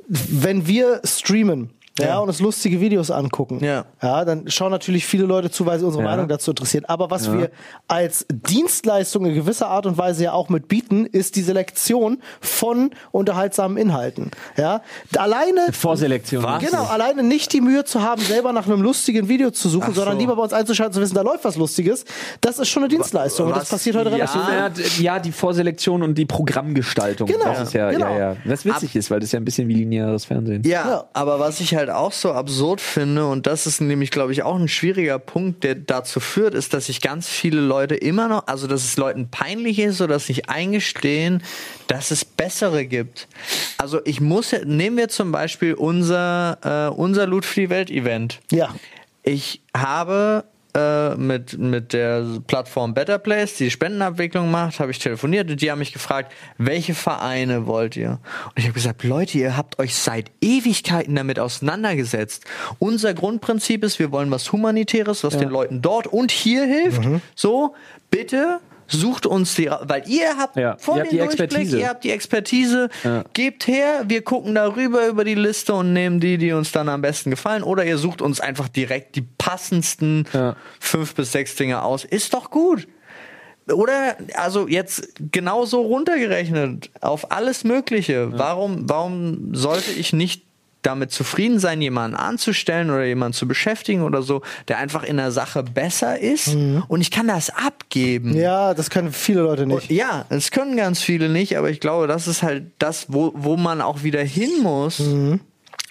wenn wir streamen, ja,
Ja.
und uns lustige Videos angucken,
Ja.
ja, dann schauen natürlich viele Leute zu, weil sie unsere
Ja.
Meinung dazu interessiert. Aber was wir als Dienstleistung in gewisser Art und Weise ja auch mitbieten, ist die Selektion von unterhaltsamen Inhalten. Ja, alleine
Vorselektion.
Was?
Genau, alleine nicht die Mühe zu haben, selber nach einem lustigen Video zu suchen,
Ach
sondern
so.
lieber bei uns einzuschalten, zu wissen, da läuft was Lustiges. Das ist schon eine Dienstleistung und das
was-
passiert heute
ja.
relativ
Ja, d- ja, die Vorselektion und die Programmgestaltung.
Genau,
Das ist ja,
genau.
ja, ja. Was witzig ist, weil das ist ja ein bisschen wie lineares Fernsehen.
Ja,
Ja.
aber was ich halt auch so absurd finde, und das ist nämlich, glaube ich, auch ein schwieriger Punkt, der dazu führt, ist, dass sich ganz viele Leute immer noch, also dass es Leuten peinlich ist oder sich nicht eingestehen, dass es bessere gibt. Also ich muss, ja- nehmen wir zum Beispiel unser, äh, unser Loot für die Welt Event.
Ja.
Ich habe äh, mit, mit der Plattform Better Place, die Spendenabwicklung macht, habe ich telefoniert und die haben mich gefragt, welche Vereine wollt ihr? Und ich habe gesagt, Leute, ihr habt euch seit Ewigkeiten damit auseinandergesetzt. Unser Grundprinzip ist, wir wollen was Humanitäres, was den Leuten dort und hier hilft.
Mhm.
So, bitte sucht uns die, ra- weil ihr habt
Ja,
voll
ihr habt
den
die
Durchblick,
Expertise.
ihr habt die Expertise,
Ja.
gebt her, wir gucken darüber über die Liste und nehmen die, die uns dann am besten gefallen. Oder ihr sucht uns einfach direkt die passendsten
Ja.
fünf bis sechs Dinge aus. Ist doch gut. Oder, also jetzt genauso runtergerechnet auf alles Mögliche. Warum, warum sollte ich nicht damit zufrieden sein, jemanden anzustellen oder jemanden zu beschäftigen oder so, der einfach in der Sache besser ist
Mhm.
und ich kann das abgeben.
Ja, das können viele Leute nicht.
Oh, Ja, das können ganz viele nicht, aber ich glaube, das ist halt das, wo, wo man auch wieder hin muss,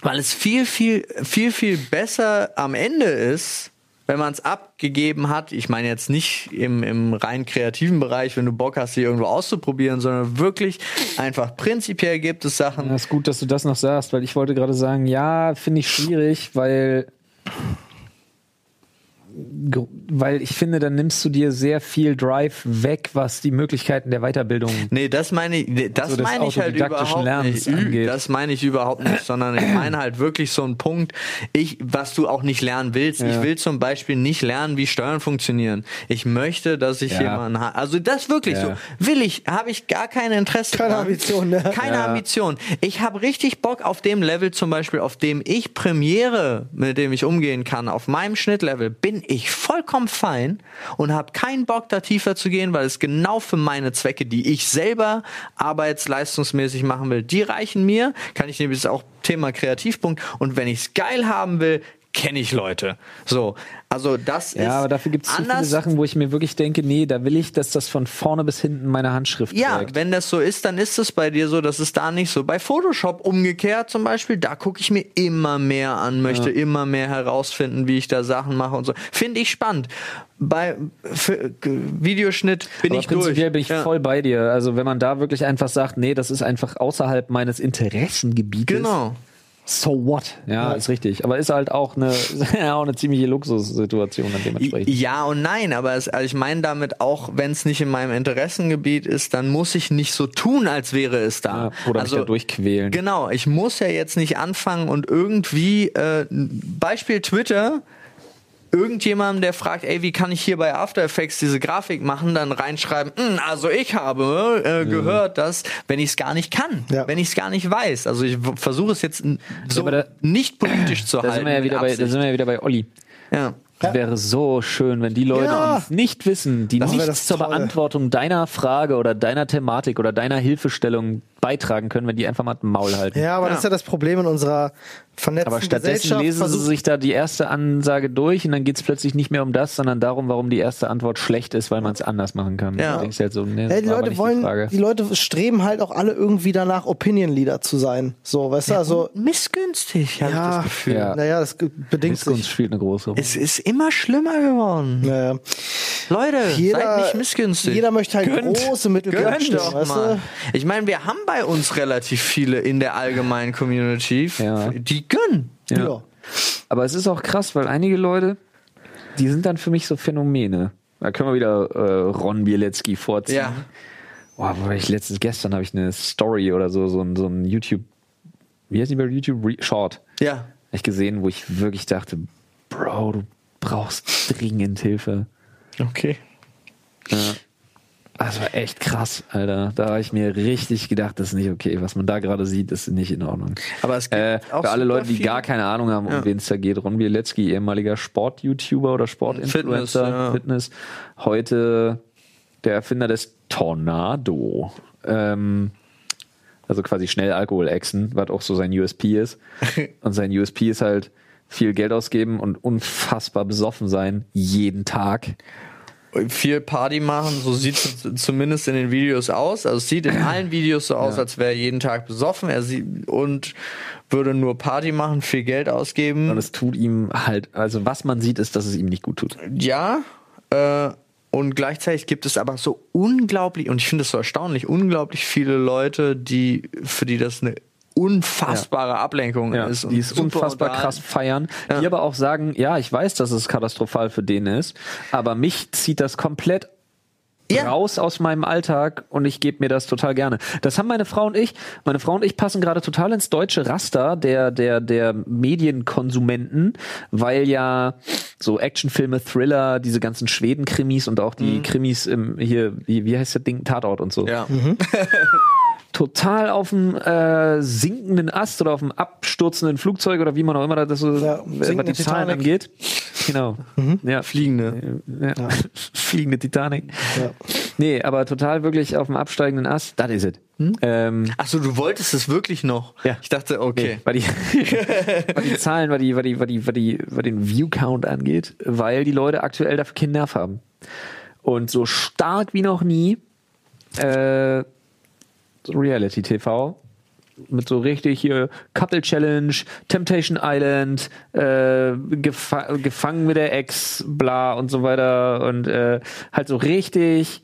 weil es viel, viel, viel, viel besser am Ende ist, wenn man es abgegeben hat. Ich meine jetzt nicht im, im rein kreativen Bereich, wenn du Bock hast, sie irgendwo auszuprobieren, sondern wirklich einfach prinzipiell gibt es Sachen.
Ja, ist gut, dass du das noch sagst, weil ich wollte gerade sagen, ja, finde ich schwierig, weil gro- weil ich finde, dann nimmst du dir sehr viel Drive weg, was die Möglichkeiten der Weiterbildung.
Nee, das meine ich, nee, das
Hm. So des
meine ich halt
autodidaktischen
überhaupt
Lernens
nicht. Ü-
angeht.
Das meine ich überhaupt nicht, sondern ich meine halt wirklich so einen Punkt, ich, was du auch nicht lernen willst. Ich will zum Beispiel nicht lernen, wie Steuern funktionieren. Ich möchte, dass ich
Ja.
jemanden ha- Also das wirklich
Ja.
so. Will ich, habe ich gar kein Interesse.
Keine
dran.
Ambition, ne?
Keine Ambition. Ich habe richtig Bock auf dem Level zum Beispiel, auf dem ich Premiere, mit dem ich umgehen kann, auf meinem Schnittlevel, bin ich vollkommen fein und habe keinen Bock, da tiefer zu gehen, weil es genau für meine Zwecke, die ich selber arbeitsleistungsmäßig machen will, die reichen mir. Kann ich nehmen, das ist auch Thema Kreativpunkt. Und wenn ich es geil haben will, kenne ich Leute. So, also das ist
Ja, aber dafür gibt es zu viele
anders
Sachen, wo ich mir wirklich denke, nee, da will ich, dass das von vorne bis hinten meine Handschrift
Ja,
trägt.
wenn das so ist, dann ist es bei dir so, das ist da nicht so. Bei Photoshop umgekehrt zum Beispiel, da gucke ich mir immer mehr an, möchte immer mehr herausfinden, wie ich da Sachen mache und so. Finde ich spannend. Bei für, g- Videoschnitt bin
Aber
ich durch.
prinzipiell bin ich
ja.
voll bei dir. Also wenn man da wirklich einfach sagt, nee, das ist einfach außerhalb meines Interessengebietes.
Genau.
So what? Ja, ist richtig. Aber ist halt auch eine, ja, auch eine ziemliche Luxussituation dann dementsprechend.
Ja und nein, aber es, also ich meine damit auch, wenn es nicht in meinem Interessengebiet ist, dann muss ich nicht so tun, als wäre es da. Also,
Ja, oder mich da durchquälen.
Genau, ich muss ja jetzt nicht anfangen und irgendwie, äh, Beispiel Twitter, irgendjemandem, der fragt, ey, wie kann ich hier bei After Effects diese Grafik machen, dann reinschreiben, "Hm, also ich habe äh, gehört, dass, wenn ich es gar nicht kann,
Ja.
wenn ich es gar nicht weiß. Also ich w- versuche es jetzt n- so
aber da-
nicht politisch zu
Da
halten.
sind, wir ja
mit
wieder bei, da
Absicht.
sind wir ja wieder bei Olli.
ja.
Es wäre so schön, wenn die Leute,
Ja.
die es nicht wissen, die
Das wäre
nichts
das
zur
Tolle.
Beantwortung deiner Frage oder deiner Thematik oder deiner Hilfestellung beitragen können, wenn die einfach mal den Maul halten.
Ja, aber
Ja.
das ist ja das Problem in unserer vernetzten
Aber stattdessen
Gesellschaft.
lesen sie
Versuch-
sich da die erste Ansage durch und dann geht es plötzlich nicht mehr um das, sondern darum, warum die erste Antwort schlecht ist, weil man es anders machen kann.
Ja.
Da denkst du halt so, nee, das
Ey, die
war aber
Leute
nicht
wollen,
die
die,
Frage.
Leute streben halt auch alle irgendwie danach, Opinion Leader zu sein. So, weißt du, also,
Missgünstig, habe ich
ja,
das Gefühl.
Ja.
naja, das ge- bedingt
Missgunst
sich.
spielt eine große Rolle.
Es ist immer schlimmer geworden.
Naja.
Leute,
Jeder-
seid nicht missgünstig.
jeder möchte halt
Gönnt.
große Mittelklasse
Gönnt
stehen,
doch
weißt
mal.
du?
Ich meine, wir haben bei uns relativ viele in der allgemeinen Community, f-
Ja.
die gönnen.
Ja.
Aber es ist auch krass, weil einige Leute, die sind dann für mich so Phänomene. Da können wir wieder äh, Ron Bielecki vorziehen.
Ja.
Boah, wo war ich letztens, gestern habe ich eine Story oder so, so ein, so ein YouTube, wie heißt die bei YouTube? Re Short.
Ja.
Hab Ich gesehen, wo ich wirklich dachte, Bro, du brauchst dringend Hilfe.
Okay.
Das war echt krass, Alter. Da habe ich mir richtig gedacht, das ist nicht okay. Was man da gerade sieht, ist nicht in Ordnung.
Aber es gibt
äh,
auch
für alle
super
Leute, die
viele-
gar keine Ahnung haben, um wen es da geht. Ron Bielecki, ehemaliger Sport-YouTuber oder
Fitness,
Sport-Influencer, Fitness,
ja.
heute der Erfinder des Tornado. Ähm, also quasi schnell Alkohol exen, was auch so sein USP ist. Und sein USP ist halt viel Geld ausgeben und unfassbar besoffen sein, jeden Tag.
Viel Party machen, so sieht es z- zumindest in den Videos aus. Also es sieht in allen Videos so aus, als wäre er jeden Tag besoffen. Er sieht und würde nur Party machen, viel Geld ausgeben.
Und es tut ihm halt, also was man sieht, ist, dass es ihm nicht gut tut.
ja, äh, und gleichzeitig gibt es aber so unglaublich, und ich finde es so erstaunlich, unglaublich viele Leute, die, für die das eine unfassbare Ablenkung ist.
die ist
super
unfassbar
unterhalten.
krass feiern. Die aber auch sagen, ja, ich weiß, dass es katastrophal für den ist, aber mich zieht das komplett
Ja.
raus aus meinem Alltag und ich gebe mir das total gerne. Das haben meine Frau und ich, meine Frau und ich passen gerade total ins deutsche Raster der, der, der Medienkonsumenten, weil ja so Actionfilme, Thriller, diese ganzen Schweden-Krimis und auch die Krimis im, hier, wie, wie heißt das Ding, Tatort und so
Mhm. Ja.
total auf dem äh, sinkenden Ast oder auf dem abstürzenden Flugzeug oder wie man auch immer das so,
Ja,
was
sinkende
die Zahlen
Titanic. Mhm.
angeht. Genau. Ja.
Fliegende.
Ja. Fliegende Titanic.
Ja.
Nee, aber total wirklich auf dem absteigenden Ast. Das is it.
Mhm.
Ähm,
Achso, du wolltest es wirklich noch.
Ja.
Ich dachte, okay.
weil die, weil die Zahlen, weil die, weil die, weil die, weil die, weil den View Count angeht, weil die Leute aktuell dafür keinen Nerv haben. Und so stark wie noch nie, äh, so Reality TV mit so richtig hier Couple Challenge, Temptation Island, äh, gefa gefangen mit der Ex, bla und so weiter und äh, halt so richtig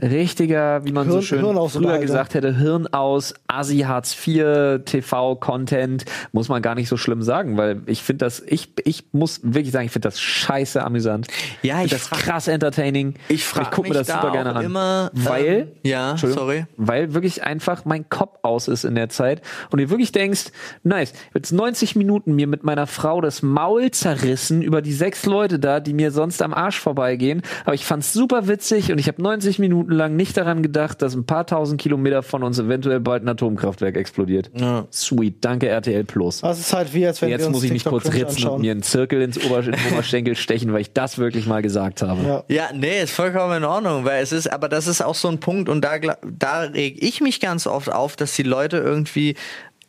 richtiger, wie man so
Hirn-
schön
Hirn aus, oder,
früher
Alter?
gesagt hätte, Hirn aus, Asi Hartz IV, TV-Content, muss man gar nicht so schlimm sagen, weil ich finde das, ich, ich muss wirklich sagen, ich finde das scheiße amüsant.
Ja,
find
ich
das
frag-
krass entertaining.
Ich frag
guck mir
mich
das
da
super gerne
auch
an.
immer,
weil,
ähm, ja,
Entschuldigung,
sorry.
weil wirklich einfach mein Kopf aus ist in der Zeit und du wirklich denkst, nice, jetzt 90 Minuten mir mit meiner Frau das Maul zerrissen über die sechs Leute da, die mir sonst am Arsch vorbeigehen, aber ich fand's super witzig und ich habe 90 Minuten lang nicht daran gedacht, dass ein paar tausend Kilometer von uns eventuell bald ein Atomkraftwerk explodiert. Sweet, danke RTL Plus.
Das ist halt wie, als wenn wir
Jetzt
uns
muss ich mich
TikTok
kurz
Cringe
ritzen und mir einen Zirkel ins Ober in den Oberschenkel stechen, weil ich das wirklich mal gesagt habe.
Ja.
Ja, nee, ist vollkommen in Ordnung, weil es ist, aber das ist auch so ein Punkt und da, gla- da reg ich mich ganz oft auf, dass die Leute irgendwie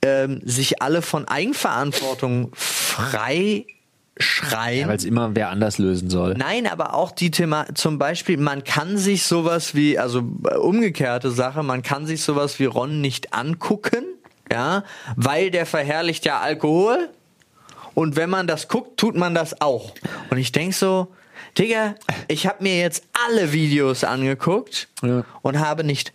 ähm, sich alle von Eigenverantwortung frei schreien.
Weil es immer wer anders lösen soll.
Nein, aber auch die Thema, zum Beispiel, man kann sich sowas wie, also äh, umgekehrte Sache, man kann sich sowas wie Ron nicht angucken, ja, weil der verherrlicht ja Alkohol. Und wenn man das guckt, tut man das auch. Und ich denk so, Digga, ich habe mir jetzt alle Videos angeguckt
Ja.
und habe nicht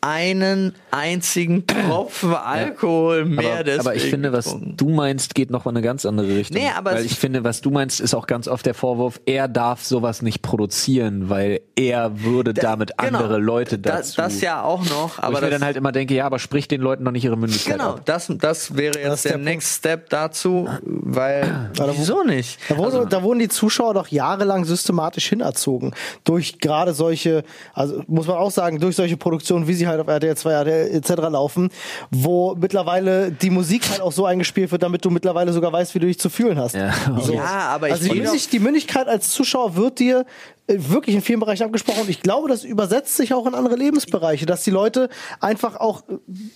einen einzigen Tropfen Alkohol mehr
aber, aber ich
deswegen
finde, was
getrunken.
du meinst, geht noch mal eine ganz andere Richtung.
Nee, aber
weil
es-
ich finde, was du meinst, ist auch ganz oft der Vorwurf, er darf sowas nicht produzieren, weil er würde damit
Genau.
andere Leute
Da-
dazu.
Das ja auch noch,
aber
aber
ich mir
das,
dann halt immer denke, ja, aber sprich den Leuten noch nicht ihre Mündigkeit
Genau,
ab.
das, das wäre jetzt
Das ist
der,
der Punkt.
Next Step dazu, weil
da wo-
wieso nicht?
Da wurden, da wurden die Zuschauer doch jahrelang systematisch hinerzogen. Durch gerade solche, also muss man auch sagen, durch solche Produktionen, wie sie halt auf RTL 2, RTL etc. laufen, wo mittlerweile die Musik halt auch so eingespielt wird, damit du mittlerweile sogar weißt, wie du dich zu fühlen hast.
Ja.
Ja, aber ich
also die,
geh doch-
Mündig, die Mündigkeit als Zuschauer wird dir äh, wirklich in vielen Bereichen abgesprochen. Und ich glaube, das übersetzt sich auch in andere Lebensbereiche, dass die Leute einfach auch äh,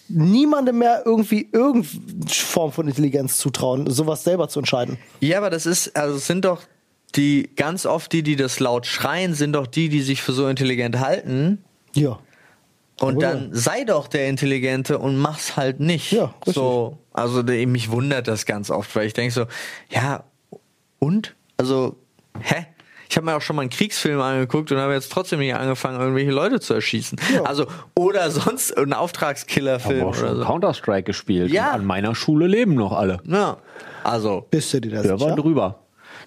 niemandem mehr irgendwie irgendeine Form von Intelligenz zutrauen, sowas selber zu entscheiden.
Ja, aber das ist, also es sind doch die, ganz oft die, die das laut schreien, sind doch die, die sich für so intelligent halten.
Ja.
Und
Oder?
dann sei doch der Intelligente und mach's halt nicht.
Ja, richtig.
so, also de- mich wundert das ganz oft, weil ich denke so, ja, und? Also, hä? Ich habe mir auch schon mal einen Kriegsfilm angeguckt und habe jetzt trotzdem nicht angefangen, irgendwelche Leute zu erschießen.
Ja.
Also, oder sonst einen Auftragskillerfilm
Wir haben auch
oder
schon
so.
Counter-Strike gespielt.
Ja.
Und An meiner Schule leben noch alle.
Ja, also,
Bist du dir das
Wir waren
sicher?
drüber.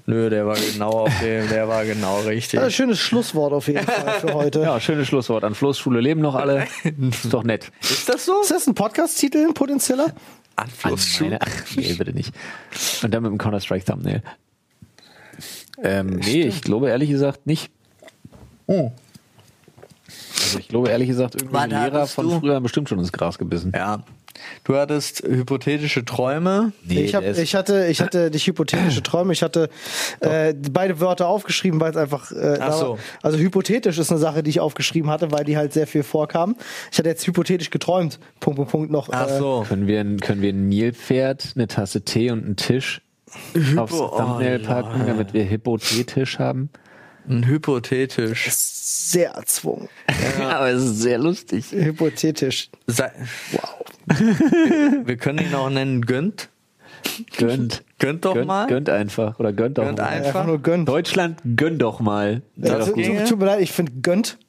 nö, der war genau auf dem, der war genau richtig.
Ja, schönes Schlusswort auf jeden Fall für heute.
Ja, schönes Schlusswort. An Flo's Schule leben noch alle. Ist doch nett.
Ist das so?
Ist das ein Podcast-Titel, ein potenzieller?
Anflussschuh.
Meine, ach, nee, bitte nicht. Und dann mit dem Counter-Strike-Thumbnail. Ähm, nee, ich glaube ehrlich gesagt nicht. Also ich glaube ehrlich gesagt,
Wann
irgendein Lehrer
hattest
von
du-
früher haben bestimmt schon ins Gras gebissen.
Ja. Du hattest hypothetische Träume.
Nee,
ich, hab,
der ist-
ich hatte, ich hatte nicht hypothetische Träume, ich hatte äh, beide Wörter aufgeschrieben, weil es einfach. Äh,
Ach so.
Also hypothetisch ist eine Sache, die ich aufgeschrieben hatte, weil die halt sehr viel vorkam. Ich hatte jetzt hypothetisch geträumt. Punkt, Punkt, Punkt noch.
Ach
äh,
so.
können, wir, ein- können wir ein Nilpferd, eine Tasse Tee und einen Tisch aufs
oh,
Thumbnail packen, damit wir Hypothetisch haben?
Ein hypothetisch.
Sehr erzwungen.
Aber es ist sehr lustig.
Hypothetisch. Äh,
Sei, wow. wir können ihn auch nennen Gönnt.
Gönnt.
Gönnt doch
gönnt,
mal.
Gönnt einfach. Oder gönnt doch
Gönnt
mal.
ein-
Einfach,
Einfach?
nur gönnt.
Deutschland, gönn doch mal. Sei
Ja,
doch
tut,
gut.
ginge.
tut, tut mir leid, ich finde gönnt.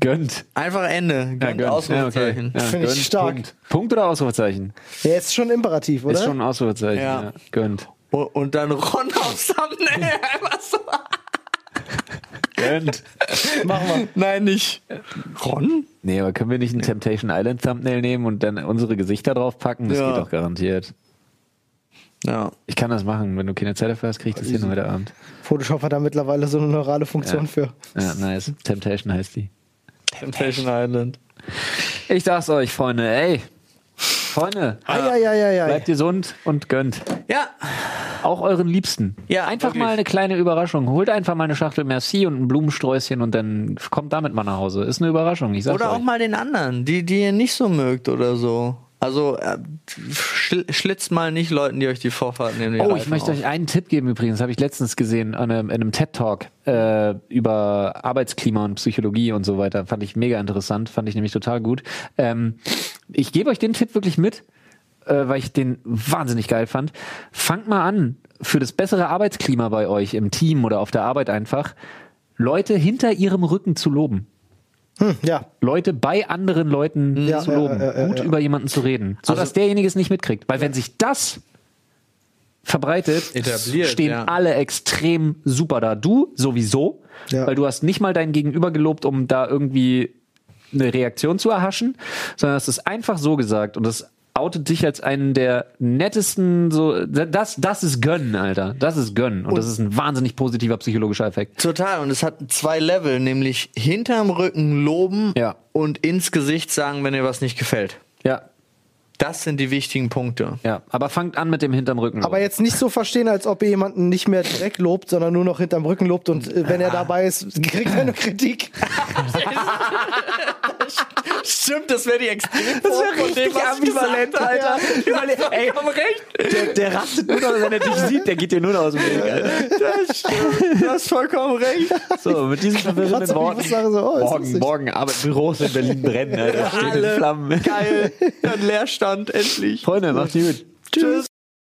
Gönnt.
Einfach Ende. Gönnt. Ausrufezeichen.
Ja,
Finde ich
gönnt,
stark.
Punkt. Punkt oder Ausrufezeichen?
Ja, ist schon Imperativ, oder?
Ist schon ein Ausrufezeichen.
Ja.
Ja. Gönnt.
Und, und dann Ron aufs Thumbnail. Einfach so.
Gönnt.
Machen wir.
Nein, nicht. Ron?
Nee, aber können wir nicht ein Temptation Island Thumbnail nehmen und dann unsere Gesichter drauf packen? Das
Ja.
geht doch garantiert.
Ja.
Ich kann das machen. Wenn du keine Zeit dafür hast, krieg ich das hin heute Abend.
Photoshop hat da mittlerweile so eine neurale Funktion für.
Ja, nice. Temptation heißt die.
Temptation Island.
Ich sag's euch, Freunde. Ey. Freunde.
Eieieiei.
Bleibt gesund und gönnt.
Ja.
Auch euren Liebsten.
Ja,
einfach
wirklich.
mal eine kleine Überraschung. Holt einfach mal eine Schachtel Merci und ein Blumensträußchen und dann kommt damit mal nach Hause. Ist eine Überraschung. Ich sag's
Oder
euch.
auch mal den anderen, die, die ihr nicht so mögt oder so. Also äh, schl schlitzt mal nicht Leuten, die euch die Vorfahrt nehmen. die
Oh, ich
Reifen
möchte
auf.
euch einen Tipp geben übrigens, habe ich letztens gesehen an einem, in einem TED-Talk äh, über Arbeitsklima und Psychologie und so weiter. Fand ich mega interessant, fand ich nämlich total gut. Ähm, ich gebe euch den Tipp wirklich mit, äh, weil ich den wahnsinnig geil fand. Fangt mal an, für das bessere Arbeitsklima bei euch im Team oder auf der Arbeit einfach, Leute hinter ihrem Rücken zu loben.
Hm, ja.
Leute bei anderen Leuten
Mhm. Ja,
zu
ja,
loben,
ja, ja,
gut
ja. Also
über jemanden zu reden, sodass derjenige es nicht mitkriegt. Weil wenn sich das verbreitet,
Etabliert,
stehen
ja.
alle extrem super da. Du sowieso,
Ja.
weil du hast nicht mal dein Gegenüber gelobt, um da irgendwie eine Reaktion zu erhaschen, sondern hast es einfach so gesagt und das outet dich als einen der nettesten, so, das, das ist Gönnen, Alter. Das ist Gönnen. Und, das ist ein wahnsinnig positiver psychologischer Effekt.
Total. Und es hat zwei Level, nämlich hinterm Rücken loben
Ja.
und ins Gesicht sagen, wenn dir was nicht gefällt.
Ja,
Das sind die wichtigen Punkte.
ja. Aber fangt an mit dem hinterm Rücken.
Aber jetzt nicht so verstehen, als ob ihr jemanden nicht mehr direkt lobt, sondern nur noch hinterm Rücken lobt und äh, wenn er dabei ist, kriegt er eine Kritik.
Stimmt, das wäre die extrem
Das wäre richtig ambivalent, Alter. Überle Ey, Der, der rastet nur noch, wenn er dich sieht, der geht dir nur noch aus dem Weg. Alter.
Du hast vollkommen recht.
So, mit diesen
Trotzdem,
verwirrenden
ich
Worten.
muss sagen, so, oh, ist
morgen,
lustig.
morgen, aber Büros in Berlin brennen, Alter. Steht in Flammen.
Geil. Ein Leerstand, endlich.
Freunde, macht's gut.
Tschüss.